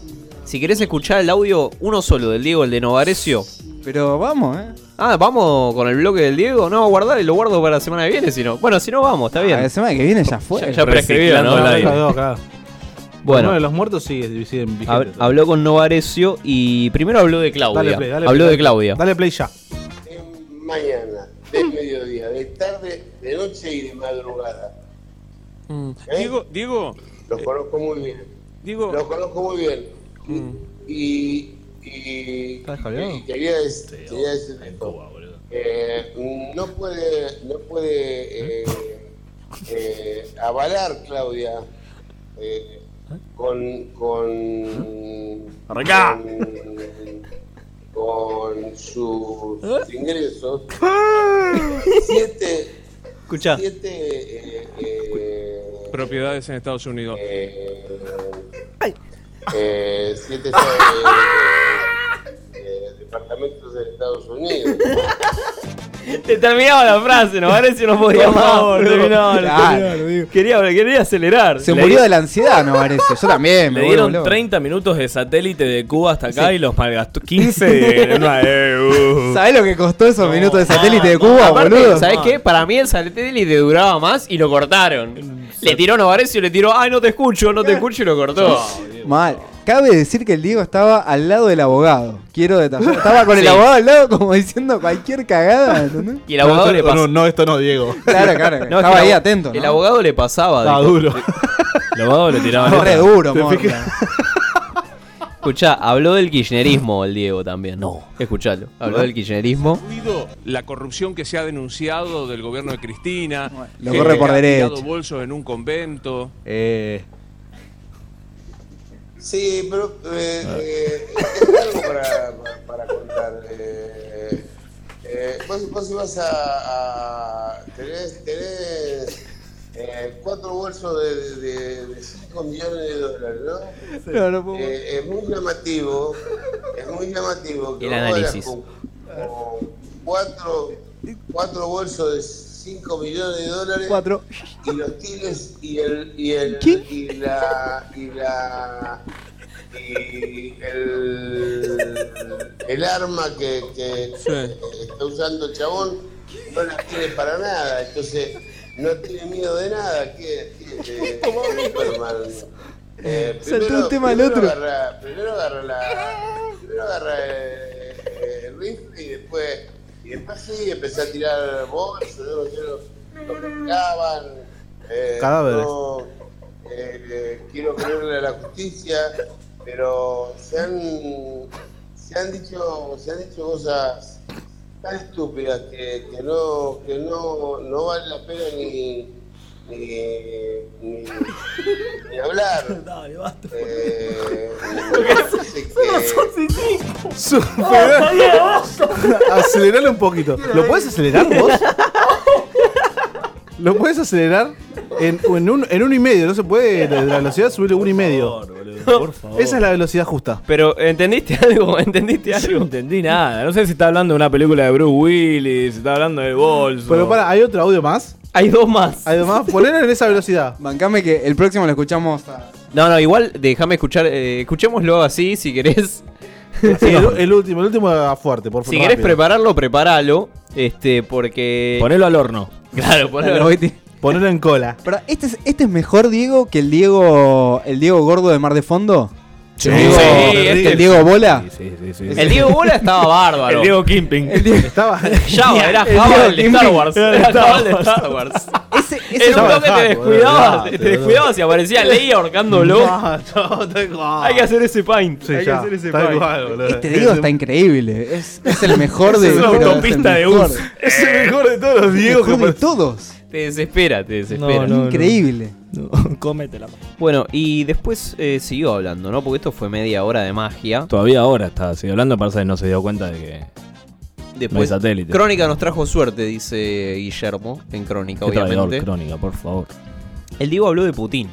Speaker 7: Si querés escuchar el audio, uno solo del Diego, el de Novarecio.
Speaker 1: Pero vamos, ¿eh?
Speaker 7: Ah, vamos con el bloque del Diego. No, guardar lo guardo para la semana que viene, si no. Bueno, si no, vamos, está bien.
Speaker 8: Ah,
Speaker 1: La semana que viene ya fue.
Speaker 7: Ya, ya prescribió, ¿no?
Speaker 8: Reciclando
Speaker 7: El
Speaker 8: la
Speaker 7: aire.
Speaker 8: mezcla de dos, claro.
Speaker 7: Bueno.
Speaker 8: Uno de los muertos sigue, sigue en vigente.
Speaker 7: Hab- Habló con Novarecio y primero habló de Claudia.
Speaker 8: Dale play, dale
Speaker 7: habló
Speaker 8: play.
Speaker 7: de Claudia.
Speaker 8: Dale play ya.
Speaker 2: mañana, de mediodía, de tarde, de noche y de madrugada. Diego, Diego. Los conozco muy bien. Diego. Los conozco muy bien. Y, y, y quería, des- quería decir esto. Eh, no puede, no puede eh, eh, avalar Claudia eh, con, con,
Speaker 22: Arrancá.
Speaker 2: con, con sus ingresos siete,
Speaker 5: Escuchá.
Speaker 2: siete eh, eh,
Speaker 5: Propiedades en Estados Unidos.
Speaker 2: eh, siete eh, eh, departamentos de Estados Unidos.
Speaker 7: Te terminaba la frase, Novarecio no podía
Speaker 2: No,
Speaker 7: más.
Speaker 2: boludo.
Speaker 7: terminaba,
Speaker 1: Claro,
Speaker 7: terminaba. quería, quería acelerar.
Speaker 1: Se
Speaker 7: Le-
Speaker 1: murió de la ansiedad, no parece. Yo también, me
Speaker 9: Le
Speaker 1: vuelvo
Speaker 9: dieron
Speaker 1: loco.
Speaker 9: 30 minutos de satélite de Cuba hasta acá y los malgastó 15 de uh.
Speaker 1: ¿Sabés lo que costó esos minutos de satélite de Cuba,
Speaker 7: Aparte,
Speaker 1: boludo?
Speaker 7: ¿sabés qué? Para mí el satélite duraba más y lo cortaron.
Speaker 8: Mm,
Speaker 7: Le tiró Novarecio, le tiró, ay, no te escucho, no te escucho y lo cortó.
Speaker 1: Mal. Cabe decir que el Diego estaba al lado del abogado. Quiero detallar. Estaba con el
Speaker 7: Sí.
Speaker 1: abogado al lado como diciendo cualquier cagada. ¿entendés?
Speaker 7: Y el abogado le pasó.
Speaker 8: No, esto no, Diego.
Speaker 1: Claro, claro.
Speaker 7: No, es que
Speaker 1: estaba
Speaker 7: el
Speaker 1: ahí
Speaker 7: abo-
Speaker 1: atento.
Speaker 7: El abogado le pasaba.
Speaker 1: Estaba
Speaker 7: dijo.
Speaker 1: duro.
Speaker 9: El abogado le tiraba.
Speaker 1: Ahora
Speaker 7: letra.
Speaker 1: es duro,
Speaker 7: ¿Te
Speaker 1: morra.
Speaker 7: Escuchá, habló del kirchnerismo el Diego también. No. Escuchalo. Habló del kirchnerismo.
Speaker 5: incluido la corrupción que se ha denunciado del gobierno de Cristina.
Speaker 7: Lo corre por
Speaker 5: que ha
Speaker 7: derecha.
Speaker 5: tirado bolsos en un convento.
Speaker 1: Eh,
Speaker 2: Sí, pero eh,
Speaker 7: Ah.
Speaker 2: eh, es algo para, para- para contar. Eh, eh, vos, vos ibas a, a- tenés, tenés, eh, cuatro bolsos de, de, de cinco millones de dólares, ¿no?
Speaker 1: No, no puedo.
Speaker 2: Eh, es muy llamativo, es muy llamativo que
Speaker 7: El
Speaker 2: vos vayas
Speaker 7: análisis.
Speaker 2: con, con cuatro, cuatro bolsos de cinco millones de dólares
Speaker 1: Cuatro.
Speaker 2: y los tires y el y el y la y la y el, el arma que, que está usando el chabón no la tiene para nada entonces no tiene miedo de nada que
Speaker 1: Saltó un tema al otro.
Speaker 2: Eh, agarra, primero agarra la primero agarra el, el rifle y después y después sí empecé a tirar bolsas yo no sé lo- lo que tiraban eh,
Speaker 8: Cadáveres.
Speaker 2: no, eh, eh, quiero creerle a la justicia, pero se han, se han dicho, se han dicho cosas tan estúpidas que, que no, que no, no vale la pena ni, ni, ni, ni hablar. Eh, parece que-
Speaker 8: Aceleralo un poquito. ¿Lo puedes acelerar vos? ¿Lo puedes acelerar? En, en, un, en uno y medio, no se puede. de La velocidad subirle uno y medio.
Speaker 9: Por favor.
Speaker 8: Esa es la velocidad justa.
Speaker 7: Pero, ¿entendiste algo? ¿Entendiste
Speaker 9: algo? No entendí nada. No sé si está hablando de una película de Bruce Willis, si está hablando de Bolso.
Speaker 8: Pero para, ¿hay otro audio más?
Speaker 7: Hay dos más.
Speaker 8: Hay dos más. Poner en esa velocidad.
Speaker 1: Bancame que el próximo lo escuchamos. a-
Speaker 7: No, no, igual déjame escuchar. eh, escuchémoslo así si querés.
Speaker 8: Sí, el, el último, el último a fuerte, por favor.
Speaker 7: Si querés
Speaker 8: rápido.
Speaker 7: prepararlo, prepáralo. Este, porque.
Speaker 9: Ponelo al horno.
Speaker 7: Claro, ponelo.
Speaker 8: Ponerlo en cola.
Speaker 1: Pero este es, este es mejor Diego que el Diego el Diego gordo de Mar de Fondo.
Speaker 9: Sí,
Speaker 1: el Diego,
Speaker 9: sí,
Speaker 1: que
Speaker 9: este-
Speaker 1: el Diego Bola.
Speaker 7: El Diego Bola estaba bárbaro.
Speaker 9: El Diego Kimping.
Speaker 7: El
Speaker 8: Diego estaba.
Speaker 7: Java, era
Speaker 9: El
Speaker 7: Java
Speaker 9: Diego
Speaker 7: del Star
Speaker 9: Kimping.
Speaker 7: Wars.
Speaker 9: Era el
Speaker 7: Era
Speaker 9: Star
Speaker 7: Java del
Speaker 9: Wars.
Speaker 7: Star Wars.
Speaker 9: ese
Speaker 7: Era un
Speaker 9: estaba
Speaker 7: toque que te
Speaker 9: Jaco,
Speaker 7: descuidabas.
Speaker 9: de
Speaker 7: Te
Speaker 9: verdad,
Speaker 7: descuidabas y aparecía Leia ahorcándolo. Hay que hacer ese paint.
Speaker 8: Sí,
Speaker 7: Hay que
Speaker 8: ya,
Speaker 7: hacer ese
Speaker 8: tal
Speaker 7: paint.
Speaker 8: cual, boludo.
Speaker 1: Este Diego está increíble. Es, es el mejor de
Speaker 7: Es una
Speaker 1: pero es el
Speaker 7: autopista de
Speaker 1: mejor.
Speaker 7: bus.
Speaker 9: Es el mejor de todos los
Speaker 1: Diego que de
Speaker 9: aparece.
Speaker 1: todos.
Speaker 7: Te desespera, te desespera.
Speaker 1: Increíble.
Speaker 9: Cómetela.
Speaker 7: Bueno, y después eh, siguió hablando, ¿no? Porque esto fue media hora de magia.
Speaker 9: Todavía ahora está sigue hablando, parece que no se dio cuenta de que. No hay
Speaker 7: Después,
Speaker 9: satélite.
Speaker 7: Crónica nos trajo suerte, dice Guillermo, en Crónica,
Speaker 9: Qué traidor,
Speaker 7: obviamente.
Speaker 9: Crónica, por favor.
Speaker 7: El Diego habló de Putin.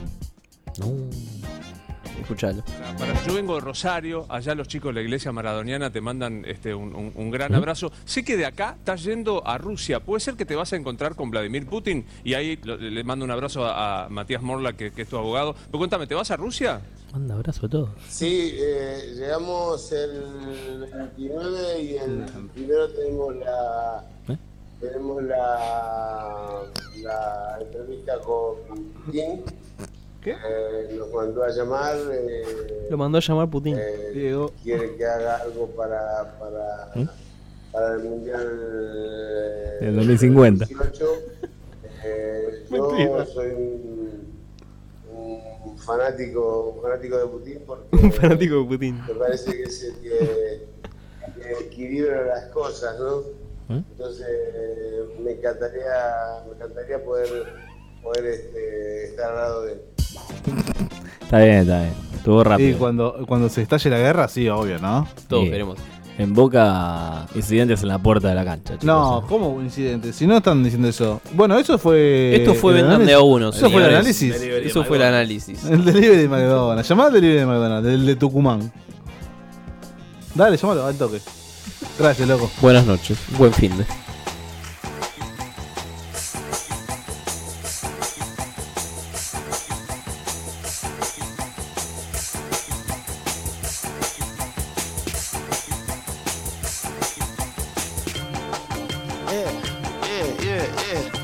Speaker 7: Escuchalo.
Speaker 4: Para- yo vengo de Rosario, allá los chicos de la iglesia maradoniana te mandan este, un, un- un gran abrazo. Sé que de acá estás yendo a Rusia. Puede ser que te vas a encontrar con Vladimir Putin y ahí lo- le mando un abrazo a, a Matías Morla, que, que es tu abogado. Pero cuéntame, ¿te vas a Rusia?
Speaker 7: Manda abrazo a todos.
Speaker 2: Sí, eh, llegamos el 29 y el primero tenemos la tenemos la, la entrevista con Putin. Eh, nos mandó a llamar. eh,
Speaker 7: Lo mandó a llamar Putin.
Speaker 2: eh, Quiere que haga algo para para,
Speaker 9: ¿Eh?
Speaker 2: para el mundial eh,
Speaker 9: Del 2050.
Speaker 2: 18. Eh, yo
Speaker 9: Mentira.
Speaker 2: soy un, un fanático un fanático de Putin porque
Speaker 7: Un fanático de Putin.
Speaker 2: me parece que es el que, que equilibra las cosas, ¿no?
Speaker 9: ¿Eh?
Speaker 2: Entonces eh, me encantaría, me encantaría poder, poder este, estar al lado de él.
Speaker 9: Está bien, está bien. Estuvo rápido.
Speaker 8: Y cuando, cuando se estalle la guerra, sí, obvio, ¿no?
Speaker 7: Todos
Speaker 9: Sí.
Speaker 7: queremos.
Speaker 9: En Boca, incidentes en la puerta de la cancha. chicos.
Speaker 8: No, ¿cómo incidente? Si no están diciendo eso. Bueno, eso fue.
Speaker 7: Esto fue
Speaker 8: el
Speaker 7: Vendan
Speaker 8: análisis.
Speaker 7: de a uno.
Speaker 8: Eso fue el
Speaker 7: señores.
Speaker 8: análisis.
Speaker 7: Eso fue el análisis.
Speaker 8: El delivery de McDonald's. Llamá al delivery de McDonald's, el de Tucumán. Dale, llámalo al toque. Gracias, loco.
Speaker 7: Buenas noches. Buen fin de.
Speaker 27: Yeah, yeah, yeah, yeah.